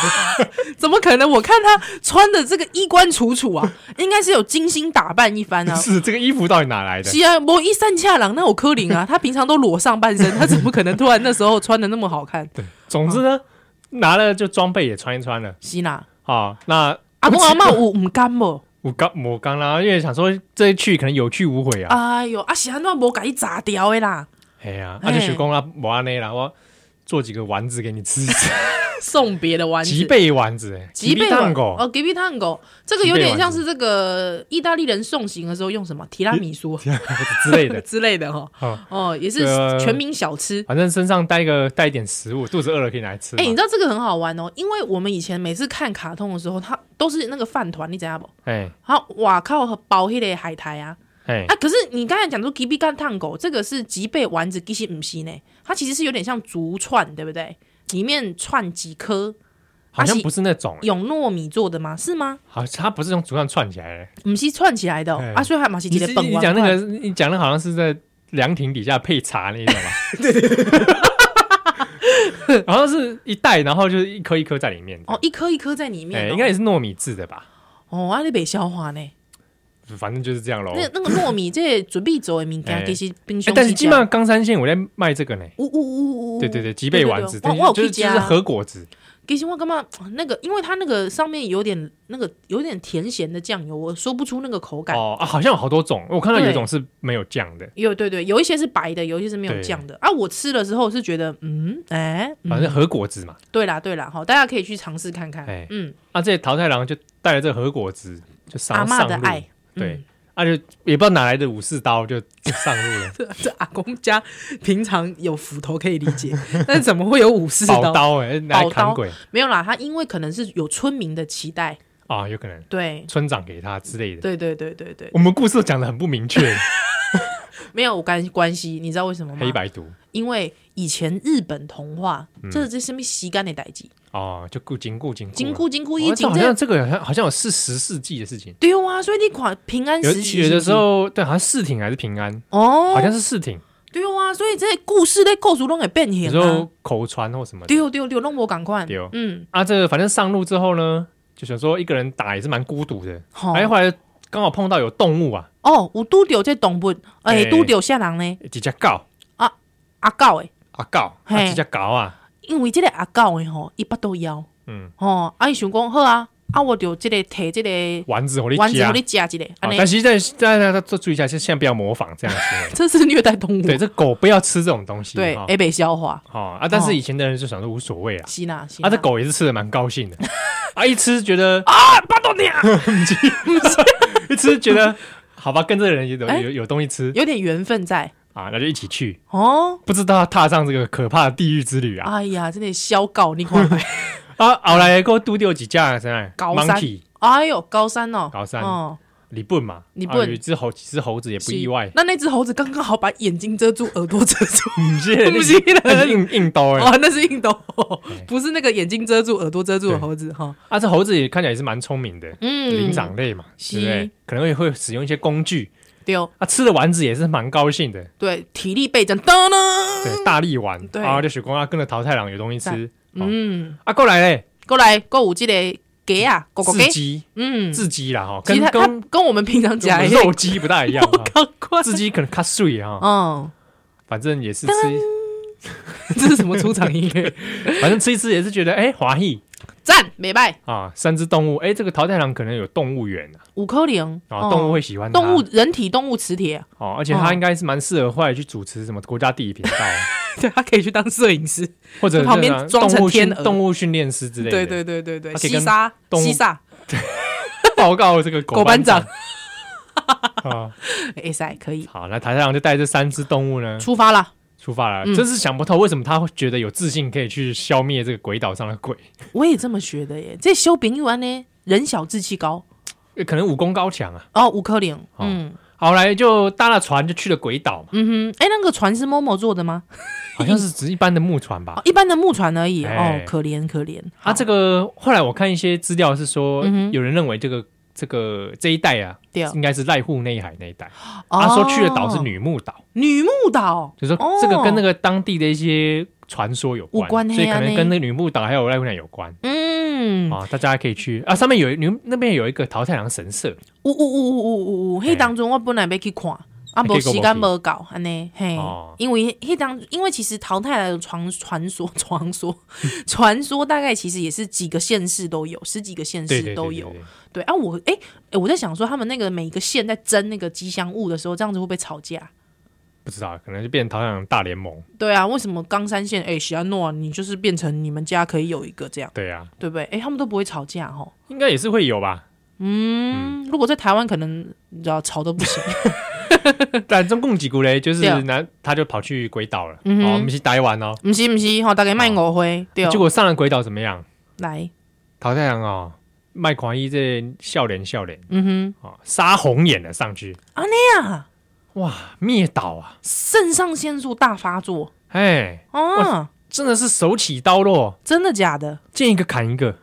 [SPEAKER 2] 怎么可能？我看他穿的这个衣冠楚楚啊，应该是有精心打扮一番啊，
[SPEAKER 1] 是这个衣服到底哪来的？
[SPEAKER 2] 是啊，我一三恰郎那有柯林啊，他平常都裸上半身，他怎么可能突然那时候穿的那么好看？
[SPEAKER 1] 对，总之呢，拿了就装备也穿一穿了
[SPEAKER 2] 希娜，
[SPEAKER 1] 啊。那
[SPEAKER 2] 阿公阿嬷有唔甘不？
[SPEAKER 1] 我刚我刚啦，因为想说这一去可能有去无回啊。
[SPEAKER 2] 哎呦，阿喜安那无甲伊炸掉的啦，
[SPEAKER 1] 哎呀，
[SPEAKER 2] 哎
[SPEAKER 1] 那就许公啊，我安内啦，我做几个丸子给你吃，
[SPEAKER 2] 送别的丸
[SPEAKER 1] 吉
[SPEAKER 2] 子。
[SPEAKER 1] 贝丸子，哎
[SPEAKER 2] 吉贝
[SPEAKER 1] 蛋
[SPEAKER 2] 丸
[SPEAKER 1] 糕，
[SPEAKER 2] 哦，吉贝蛋糕，这个有点像是这个意大利人送行的时候用什么提拉米苏。
[SPEAKER 1] 之类的
[SPEAKER 2] 之类的哈、
[SPEAKER 1] 哦
[SPEAKER 2] 哦，也是
[SPEAKER 1] 呃
[SPEAKER 2] 全民小吃。
[SPEAKER 1] 反正身上带一个带一点食物，肚子饿了可以拿来吃嘛。
[SPEAKER 2] 哎、你知道这个很好玩哦，因为我们以前每次看卡通的时候，它都是那个饭团，你知道不？
[SPEAKER 1] 哎
[SPEAKER 2] 好，哇靠，包迄个海苔啊，
[SPEAKER 1] 哎
[SPEAKER 2] 啊，可是你刚才讲说吉比干烫狗，这个是吉贝丸子，其实不是呢，它其实是有点像竹串，对不对？里面串几颗
[SPEAKER 1] 好像
[SPEAKER 2] 啊是
[SPEAKER 1] 不是那种，哎
[SPEAKER 2] 用糯米做的吗？是吗？
[SPEAKER 1] 好，它不是用竹竿串起来的。
[SPEAKER 2] 不是串起来的、哦
[SPEAKER 1] 哎
[SPEAKER 2] 啊，所以还马是
[SPEAKER 1] 你
[SPEAKER 2] 吉
[SPEAKER 1] 是
[SPEAKER 2] 的本
[SPEAKER 1] 你
[SPEAKER 2] 丸
[SPEAKER 1] 讲那
[SPEAKER 2] 块
[SPEAKER 1] 个，你讲的好像是在凉亭底下配茶那一种 吧？对对对，好像是一袋，然后就是一颗一颗在里面。
[SPEAKER 2] 哦，一颗一颗在里面、
[SPEAKER 1] 哎，
[SPEAKER 2] 哦
[SPEAKER 1] 应该也是糯米制的吧？
[SPEAKER 2] 哦，啊，你北消化呢？
[SPEAKER 1] 反正就是这样喽。
[SPEAKER 2] 那
[SPEAKER 1] 哎，
[SPEAKER 2] 那个糯米这准备做的物 件，
[SPEAKER 1] 哎
[SPEAKER 2] 其实冰箱
[SPEAKER 1] 但是基本
[SPEAKER 2] 上，
[SPEAKER 1] 上冈山县我在卖这个呢。
[SPEAKER 2] 呜呜呜呜，
[SPEAKER 1] 对对对，吉贝丸子，
[SPEAKER 2] 哦对对
[SPEAKER 1] 但
[SPEAKER 2] 对我我有
[SPEAKER 1] 是就
[SPEAKER 2] 去
[SPEAKER 1] 是就
[SPEAKER 2] 加
[SPEAKER 1] 是和果子，
[SPEAKER 2] 其实我干嘛那个，因为它那个上面有点那个有点甜咸的酱油，我说不出那个口感。
[SPEAKER 1] 哦啊，好像有好多种，我看到
[SPEAKER 2] 对
[SPEAKER 1] 有一种是没有酱的，
[SPEAKER 2] 有对对，有一些是白的，有一些是没有
[SPEAKER 1] 对
[SPEAKER 2] 酱的啊。我吃了之后是觉得，嗯，哎、嗯
[SPEAKER 1] 反正和果子嘛。
[SPEAKER 2] 对啦对啦，好，大家可以去尝试看看
[SPEAKER 1] 哎。
[SPEAKER 2] 嗯，
[SPEAKER 1] 啊，这桃太郎就带了这和果子，就上
[SPEAKER 2] 阿嬷
[SPEAKER 1] 上
[SPEAKER 2] 的
[SPEAKER 1] 路。
[SPEAKER 2] 爱，
[SPEAKER 1] 对
[SPEAKER 2] 嗯，
[SPEAKER 1] 啊就也不知道哪来的武士刀就就上路 了，
[SPEAKER 2] 这阿公家平常有斧头可以理解， 但是怎么会有武士
[SPEAKER 1] 宝
[SPEAKER 2] 刀？
[SPEAKER 1] 刀哎、拿来
[SPEAKER 2] 宝刀
[SPEAKER 1] 砍鬼
[SPEAKER 2] 没有啦，他因为可能是有村民的期待，
[SPEAKER 1] 啊，有可能
[SPEAKER 2] 对，
[SPEAKER 1] 村长给他之类的。
[SPEAKER 2] 对对对对对，
[SPEAKER 1] 我们故事讲的很不明确，
[SPEAKER 2] 没有关关系，你知道为什么吗？
[SPEAKER 1] 黑白嗯读
[SPEAKER 2] 因为以前日本童话，这这是咪吸干的代志，
[SPEAKER 1] 哦，就顾金顾金
[SPEAKER 2] 金
[SPEAKER 1] 固
[SPEAKER 2] 箍金箍
[SPEAKER 1] 了
[SPEAKER 2] 一
[SPEAKER 1] 哦这
[SPEAKER 2] 紧
[SPEAKER 1] 好
[SPEAKER 2] 这
[SPEAKER 1] 像这个好像好像有四十世纪的事情，
[SPEAKER 2] 对啊，所以你款平安
[SPEAKER 1] 有
[SPEAKER 2] 时期
[SPEAKER 1] 有的
[SPEAKER 2] 是不是
[SPEAKER 1] 时候对，好像四挺还是平安，
[SPEAKER 2] 哦，
[SPEAKER 1] 好像是四挺，
[SPEAKER 2] 对啊，所以这故事在构筑拢会变
[SPEAKER 1] 有
[SPEAKER 2] 形
[SPEAKER 1] 时
[SPEAKER 2] 啊，
[SPEAKER 1] 候口传或什么的。
[SPEAKER 2] 对对对，拢无赶快，
[SPEAKER 1] 对哦
[SPEAKER 2] 嗯，
[SPEAKER 1] 啊，这个反正上路之后呢，就想说一个人打也是蛮孤独的，
[SPEAKER 2] 好
[SPEAKER 1] 哎，后来刚好碰到有动物啊，
[SPEAKER 2] 哦，有拄着这动物，哎，
[SPEAKER 1] 哎
[SPEAKER 2] 拄着啥人呢？
[SPEAKER 1] 几只狗
[SPEAKER 2] 阿狗诶，
[SPEAKER 1] 啊狗啊
[SPEAKER 2] 嘿
[SPEAKER 1] 几只狗啊，
[SPEAKER 2] 因为这个阿狗诶吼，伊巴肚枵，
[SPEAKER 1] 嗯，
[SPEAKER 2] 吼，啊伊想讲好啊，啊我就这个摕这个
[SPEAKER 1] 丸子我
[SPEAKER 2] 丸
[SPEAKER 1] 力
[SPEAKER 2] 子
[SPEAKER 1] 夹
[SPEAKER 2] 互。你食一个，
[SPEAKER 1] 啊
[SPEAKER 2] 安尼
[SPEAKER 1] 但，是在在在在注意一下，是现在不要模仿这样子。
[SPEAKER 2] 这是虐待动物，
[SPEAKER 1] 对，这狗不要吃这种东西。
[SPEAKER 2] 对
[SPEAKER 1] 哈，
[SPEAKER 2] 会被消化，
[SPEAKER 1] 哦啊，但
[SPEAKER 2] 哦
[SPEAKER 1] 是以前的人就想说无所谓啊，
[SPEAKER 2] 是啦，是
[SPEAKER 1] 啊，
[SPEAKER 2] 啦
[SPEAKER 1] 这狗也是吃的蛮高兴的，啊，一吃觉得
[SPEAKER 2] 啊，巴肚疼，
[SPEAKER 1] 一吃觉得好吧，跟这个人有
[SPEAKER 2] 哎
[SPEAKER 1] 有有东西吃
[SPEAKER 2] 有点缘分在
[SPEAKER 1] 啊，那就一起去。
[SPEAKER 2] 哦。
[SPEAKER 1] 不知道踏上这个可怕的地狱之旅啊！
[SPEAKER 2] 哎呀，真的消狗，你看看，
[SPEAKER 1] 啊，后来给我丢掉几架什么
[SPEAKER 2] 高山
[SPEAKER 1] monkey
[SPEAKER 2] 哎呦，高山哦，
[SPEAKER 1] 高山
[SPEAKER 2] 哦。
[SPEAKER 1] 李笨嘛，
[SPEAKER 2] 日
[SPEAKER 1] 啊
[SPEAKER 2] 本
[SPEAKER 1] 有一只猴，几只猴子也不
[SPEAKER 2] 是
[SPEAKER 1] 意外，
[SPEAKER 2] 那那只猴子刚刚好把眼睛遮住，耳朵 遮住，
[SPEAKER 1] 不是
[SPEAKER 2] 不是啦
[SPEAKER 1] 那是硬硬刀哎。
[SPEAKER 2] 哦，那是印度猴
[SPEAKER 1] 对，
[SPEAKER 2] 不是那个眼睛遮住、耳朵遮住的猴子哈。
[SPEAKER 1] 啊，这猴子也看起来也是蛮聪明的，
[SPEAKER 2] 嗯
[SPEAKER 1] 灵长类嘛，
[SPEAKER 2] 是
[SPEAKER 1] 对不对？可能也会使用一些工具。
[SPEAKER 2] 对哦
[SPEAKER 1] 啊，吃了丸子也是蛮高兴的，
[SPEAKER 2] 对，体力倍增，当当，
[SPEAKER 1] 对，大力丸，
[SPEAKER 2] 对
[SPEAKER 1] 啊，就许光啊跟着桃太郎有东西吃
[SPEAKER 2] 嗯，
[SPEAKER 1] 啊，过来嘞，
[SPEAKER 2] 过来购五这个鸡啊，狗狗
[SPEAKER 1] 雉
[SPEAKER 2] 鸡，
[SPEAKER 1] 鸡，
[SPEAKER 2] 嗯，
[SPEAKER 1] 雉鸡啦哈，
[SPEAKER 2] 其
[SPEAKER 1] 跟
[SPEAKER 2] 实它它
[SPEAKER 1] 跟
[SPEAKER 2] 跟我们平常
[SPEAKER 1] 跟我
[SPEAKER 2] 讲
[SPEAKER 1] 们
[SPEAKER 2] 的
[SPEAKER 1] 肉鸡不大 一样啊，
[SPEAKER 2] 刚快，
[SPEAKER 1] 雉鸡可能卡碎啊，
[SPEAKER 2] 嗯，
[SPEAKER 1] 反正也是吃，
[SPEAKER 2] 这是什么出场音乐？
[SPEAKER 1] 反正吃一吃也是觉得哎华裔
[SPEAKER 2] 赞，美拜，
[SPEAKER 1] 啊，三只动物，哎，这个桃太郎可能有动物园啊，
[SPEAKER 2] 五颗零
[SPEAKER 1] 啊，动物会喜欢它
[SPEAKER 2] 哦动物人体动物磁铁，
[SPEAKER 1] 哦，而且
[SPEAKER 2] 哦
[SPEAKER 1] 他应该是蛮适合后来去主持什么国家地理频道，
[SPEAKER 2] 对，它可以去当摄影师，
[SPEAKER 1] 或者是
[SPEAKER 2] 旁边
[SPEAKER 1] 那种
[SPEAKER 2] 装成
[SPEAKER 1] 动物训
[SPEAKER 2] 天鹅
[SPEAKER 1] 动物训练师之类的，
[SPEAKER 2] 对对对对对，
[SPEAKER 1] 它可以
[SPEAKER 2] 西
[SPEAKER 1] 跟
[SPEAKER 2] 沙
[SPEAKER 1] 动物
[SPEAKER 2] 西沙，
[SPEAKER 1] 报告这个
[SPEAKER 2] 狗班
[SPEAKER 1] 长
[SPEAKER 2] 长。
[SPEAKER 1] 啊，
[SPEAKER 2] 哎塞，可以
[SPEAKER 1] 好，那台太郎就带这三只动物呢
[SPEAKER 2] 出发啦。
[SPEAKER 1] 出发了，
[SPEAKER 2] 嗯
[SPEAKER 1] 真是想不透为什么他会觉得有自信可以去消灭这个鬼岛上的鬼，
[SPEAKER 2] 我也这么觉得耶。这修饼丸呢，人小志气高
[SPEAKER 1] 呃可能武功高强啊。
[SPEAKER 2] 哦，五颗零。嗯
[SPEAKER 1] 后来就搭了船就去了鬼岛嘛，
[SPEAKER 2] 嗯哼，哎，那个船是 Momo 做的吗？
[SPEAKER 1] 好像是只一般的木船
[SPEAKER 2] 哦
[SPEAKER 1] 吧。
[SPEAKER 2] 一般的木船而已。哦
[SPEAKER 1] 哎，
[SPEAKER 2] 可怜可怜
[SPEAKER 1] 啊，这个后来我看一些资料是说
[SPEAKER 2] 嗯哼，
[SPEAKER 1] 有人认为这个这个这一带啊，
[SPEAKER 2] 对
[SPEAKER 1] 应该是濑户内海那一带。
[SPEAKER 2] 哦
[SPEAKER 1] 他说去的岛是女木岛，
[SPEAKER 2] 女木岛，
[SPEAKER 1] 就是
[SPEAKER 2] 哦
[SPEAKER 1] 说这个跟那个当地的一些传说有
[SPEAKER 2] 有关
[SPEAKER 1] 关，
[SPEAKER 2] 嘿
[SPEAKER 1] 所以可
[SPEAKER 2] 啊
[SPEAKER 1] 能
[SPEAKER 2] 呢
[SPEAKER 1] 跟那个女木岛还有濑户内海有关
[SPEAKER 2] 嗯，
[SPEAKER 1] 啊。大家可以去啊，上面有你那边有一个桃太郎神社
[SPEAKER 2] 呜呜呜呜呜呜，
[SPEAKER 1] 哎
[SPEAKER 2] 迄当中我本来要去看。啊，
[SPEAKER 1] 结
[SPEAKER 2] 无
[SPEAKER 1] 果
[SPEAKER 2] 时间无到安尼，嘿
[SPEAKER 1] 哦，
[SPEAKER 2] 因为迄当，因为其实淘汰来的传传说，传说，传说大概其实也是几个县市都有，十几个县
[SPEAKER 1] 对，对
[SPEAKER 2] 市
[SPEAKER 1] 对
[SPEAKER 2] 都
[SPEAKER 1] 对
[SPEAKER 2] 有
[SPEAKER 1] 对。对
[SPEAKER 2] 对啊我，诶诶我在想说，他们那个每个县在争那个吉祥物的时候，这样子会不会吵架？
[SPEAKER 1] 不知道，可能就变成桃太郎大联盟。
[SPEAKER 2] 对啊，为什么冈山县诶，喜安诺，你就是变成你们家可以有一个这样，
[SPEAKER 1] 对啊，
[SPEAKER 2] 对不对？诶，他们都不会吵架哦。
[SPEAKER 1] 应该也是会有吧。
[SPEAKER 2] 嗯，如果在台湾，可能你知道吵得不行。
[SPEAKER 1] 但中共几股嘞，就
[SPEAKER 2] 对啊
[SPEAKER 1] 是男他就跑去鬼岛了，哦，
[SPEAKER 2] 嗯哼
[SPEAKER 1] 我们去待完哦。
[SPEAKER 2] 不是不是，吼，大概卖五灰，对哦，
[SPEAKER 1] 结果上了鬼岛怎么样？
[SPEAKER 2] 来，
[SPEAKER 1] 桃太郎哦，卖狂一这笑脸笑脸
[SPEAKER 2] 嗯
[SPEAKER 1] 啊，杀红眼了上去，
[SPEAKER 2] 哼，呀，
[SPEAKER 1] 哇，灭岛啊，
[SPEAKER 2] 啊肾上腺素大发作
[SPEAKER 1] 哎，
[SPEAKER 2] 啊！
[SPEAKER 1] 真的是手起刀落，
[SPEAKER 2] 真的假的？
[SPEAKER 1] 见一个砍一个，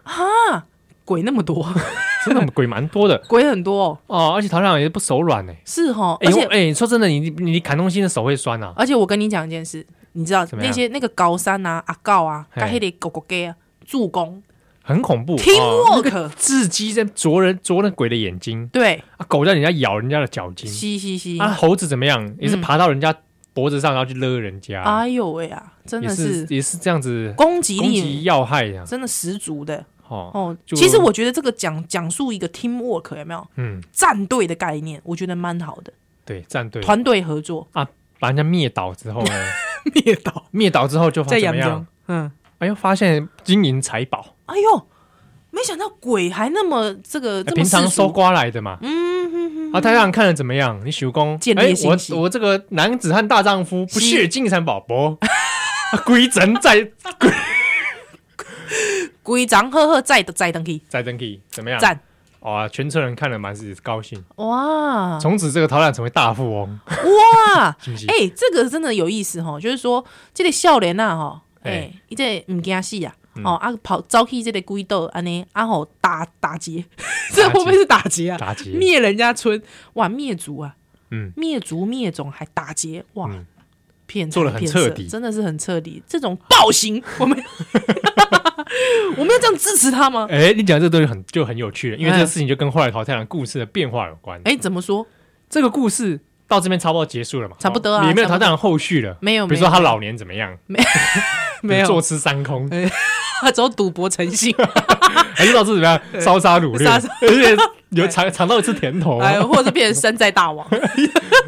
[SPEAKER 2] 鬼那么多，
[SPEAKER 1] 真的 鬼蛮多的
[SPEAKER 2] 鬼很多哦，
[SPEAKER 1] 哦。而且桃太郎也不手软呢，
[SPEAKER 2] 是哦，
[SPEAKER 1] 哎
[SPEAKER 2] 而且
[SPEAKER 1] 我哎，说真的，你你你砍东西的手会酸啊，
[SPEAKER 2] 而且我跟你讲一件事，你知道
[SPEAKER 1] 怎么
[SPEAKER 2] 那
[SPEAKER 1] 样
[SPEAKER 2] 些那个高山啊、阿告啊、
[SPEAKER 1] 嘿
[SPEAKER 2] 跟黑的狗狗给啊、助攻、
[SPEAKER 1] 很恐怖。哦
[SPEAKER 2] teamwork，、
[SPEAKER 1] 雉鸡在啄人啄那鬼的眼睛，
[SPEAKER 2] 对，
[SPEAKER 1] 啊，狗在人家咬人家的脚筋，
[SPEAKER 2] 嘻嘻嘻，
[SPEAKER 1] 啊，猴子怎么样？也是爬到人家脖子上，然后去勒人家，
[SPEAKER 2] 哎呦喂嗯啊，真
[SPEAKER 1] 也
[SPEAKER 2] 的
[SPEAKER 1] 是
[SPEAKER 2] 是
[SPEAKER 1] 也是这样子
[SPEAKER 2] 攻击
[SPEAKER 1] 攻击
[SPEAKER 2] 力
[SPEAKER 1] 要害呀。
[SPEAKER 2] 真的十足的
[SPEAKER 1] 哦，
[SPEAKER 2] 哦。
[SPEAKER 1] 就
[SPEAKER 2] 其实我觉得这个讲讲述一个 teamwork 有没有
[SPEAKER 1] 嗯，
[SPEAKER 2] 战队的概念，我觉得蛮好的，
[SPEAKER 1] 对，战队
[SPEAKER 2] 团队 合作
[SPEAKER 1] 把人家灭倒之后呢，
[SPEAKER 2] 灭倒
[SPEAKER 1] 灭倒之后就发
[SPEAKER 2] 在
[SPEAKER 1] 怎么
[SPEAKER 2] 扬
[SPEAKER 1] 样
[SPEAKER 2] 州？，嗯，
[SPEAKER 1] 哎呦，发现金银财宝，
[SPEAKER 2] 哎呦，没想到鬼还那么这个这么
[SPEAKER 1] 哎平常
[SPEAKER 2] 世俗
[SPEAKER 1] 搜刮来的嘛。
[SPEAKER 2] 嗯哼哼
[SPEAKER 1] 啊，太让你看了怎么样？你许公，
[SPEAKER 2] 见
[SPEAKER 1] 哎
[SPEAKER 2] 猎，心喜
[SPEAKER 1] 我我这个男子汉大丈夫不
[SPEAKER 2] 是
[SPEAKER 1] 是金山宝 宝，啊鬼神在
[SPEAKER 2] 规章赫赫载的载登去，
[SPEAKER 1] 在登记怎么样？
[SPEAKER 2] 赞
[SPEAKER 1] 哇，全村人看了蛮是高兴，
[SPEAKER 2] 哇
[SPEAKER 1] 从此这个陶然成为大富翁，
[SPEAKER 2] 哇！
[SPEAKER 1] 是不是？
[SPEAKER 2] 啊哎、这个真的有意思哈，就是说这个笑脸呐哈，哎、
[SPEAKER 1] 哎
[SPEAKER 2] 伊这唔惊死啊，哦啊跑走去这个鬼岛安尼啊吼打打劫， 这会不会是打劫啊？
[SPEAKER 1] 妲己，
[SPEAKER 2] 灭人家村哇灭族啊，
[SPEAKER 1] 嗯，
[SPEAKER 2] 灭族灭种还打劫哇
[SPEAKER 1] 嗯，
[SPEAKER 2] 骗、财
[SPEAKER 1] 做得很
[SPEAKER 2] 骗色
[SPEAKER 1] 彻底
[SPEAKER 2] 真的是很彻底。这种暴行，我们 我们要这样支持他吗？
[SPEAKER 1] 哎，你讲这个东西很就很有趣了，因为
[SPEAKER 2] 哎
[SPEAKER 1] 这个事情就跟后来桃太郎故事的变化有关。
[SPEAKER 2] 哎、怎么说？
[SPEAKER 1] 这个故事到这边差不多结束了嘛？哦
[SPEAKER 2] 差不多啊
[SPEAKER 1] 也没有
[SPEAKER 2] 差不多
[SPEAKER 1] 桃太郎后续了。
[SPEAKER 2] 没有，
[SPEAKER 1] 比如说
[SPEAKER 2] 没有
[SPEAKER 1] 他老年怎么样？
[SPEAKER 2] 没有
[SPEAKER 1] 坐吃山空，
[SPEAKER 2] 他只有赌博成性，
[SPEAKER 1] 哦还是到处怎么 样烧杀掳掠，
[SPEAKER 2] 杀
[SPEAKER 1] 而
[SPEAKER 2] 杀
[SPEAKER 1] 且 有尝尝到一次甜头，
[SPEAKER 2] 哎，或者是变成山寨 大王，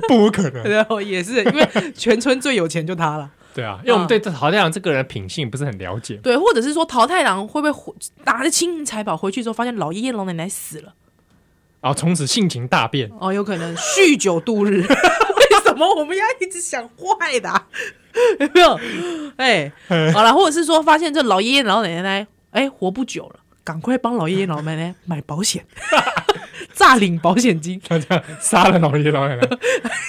[SPEAKER 1] 不无可能。
[SPEAKER 2] 然后也是因为全村最有钱就他了。
[SPEAKER 1] 对啊，因为我们对这陶太郎这个人的品性不是很了解，
[SPEAKER 2] 对，或者是说桃太郎会不会回拿着金银财宝回去之后，发现老爷爷老奶奶死了？
[SPEAKER 1] 然后从此性情大变。
[SPEAKER 2] 哦，有可能酗酒度日。 为什么我们要一直想坏的、啊？ 有没有？哎、
[SPEAKER 1] 嗯
[SPEAKER 2] 好了，或者是说发现这老爷爷老奶奶哎、活不久了，赶快帮老爷爷老奶奶买保险， 诈领保险金，
[SPEAKER 1] 他这样 杀了老爷爷老奶奶，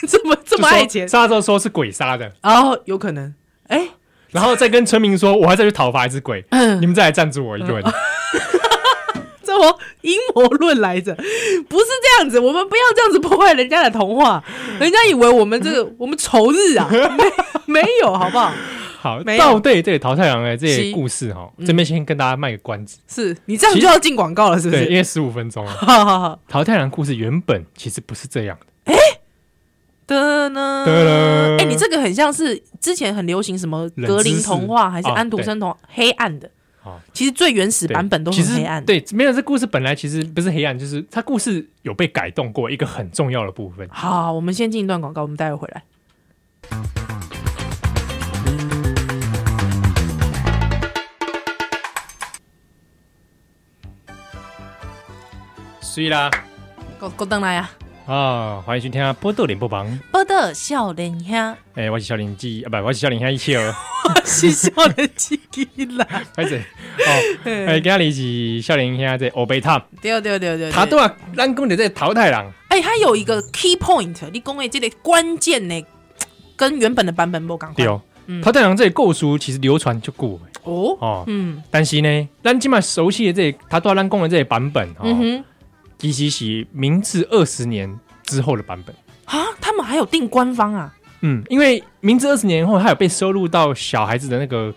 [SPEAKER 2] 这么哦 这
[SPEAKER 1] 就
[SPEAKER 2] 么
[SPEAKER 1] 说
[SPEAKER 2] 爱钱，
[SPEAKER 1] 杀了之后说是鬼杀的，
[SPEAKER 2] 哦，有可能。哎、
[SPEAKER 1] 然后再跟村民说，我还再去讨伐一只鬼，
[SPEAKER 2] 嗯
[SPEAKER 1] 你们再来赞助我一顿。
[SPEAKER 2] 这么阴谋论来着，不是这样子，我们不要这样子破坏人家的童话，人家以为我们这个我们仇日 啊，没没有，好不好？
[SPEAKER 1] 好，
[SPEAKER 2] 没有嗯
[SPEAKER 1] 到对对桃太郎的这些
[SPEAKER 2] 是
[SPEAKER 1] 故事哈，这边先跟大家卖个关子，
[SPEAKER 2] 是你这样就要进广告了，是不
[SPEAKER 1] 对，因
[SPEAKER 2] 是？
[SPEAKER 1] 为十五分钟了。
[SPEAKER 2] 好好好，
[SPEAKER 1] 桃太郎故事原本其实不是这样的，
[SPEAKER 2] 的呢？
[SPEAKER 1] 噔噔
[SPEAKER 2] 哎、你这个很像是之前很流行什么
[SPEAKER 1] 冷
[SPEAKER 2] 格林
[SPEAKER 1] 知识
[SPEAKER 2] 童话，还是
[SPEAKER 1] 啊
[SPEAKER 2] 安徒
[SPEAKER 1] 对
[SPEAKER 2] 生童话黑暗的
[SPEAKER 1] 啊？
[SPEAKER 2] 其实最原始
[SPEAKER 1] 对
[SPEAKER 2] 版本都
[SPEAKER 1] 其
[SPEAKER 2] 很
[SPEAKER 1] 实
[SPEAKER 2] 黑暗，，
[SPEAKER 1] 对，没有这故事本来其实不是黑暗，就是它故事有被改动过一个很重要的部分。
[SPEAKER 2] 好，我们先进一段广告，我们待会回来。
[SPEAKER 1] 所以啦，
[SPEAKER 2] 够够登来啊！
[SPEAKER 1] 啊，欢迎收听《波豆脸不忙》，
[SPEAKER 2] 波的笑脸呀，
[SPEAKER 1] 哎，我是小林记啊，不，我是小林兄一 起哦，
[SPEAKER 2] 是笑脸起来。
[SPEAKER 1] 开始 哦，哎，今日是小林兄在欧贝塔，
[SPEAKER 2] 对对对对，
[SPEAKER 1] 他都啊，咱讲的这桃太郎，
[SPEAKER 2] 哎、它有一个 key point，你讲的这个关键呢，跟原本的版本无共
[SPEAKER 1] 对
[SPEAKER 2] 款
[SPEAKER 1] 哦，桃太郎这个故事其实流传就久的
[SPEAKER 2] 哦，
[SPEAKER 1] 哦，
[SPEAKER 2] 嗯
[SPEAKER 1] 但是呢，咱今嘛熟悉的这个他都咱讲的这个版本哦，
[SPEAKER 2] 嗯
[SPEAKER 1] 其实是明治二十年之后的版本。
[SPEAKER 2] 哼，啊，他们还有定官方啊，
[SPEAKER 1] 嗯，因为明治二十年后，它有被收录到小孩子的那个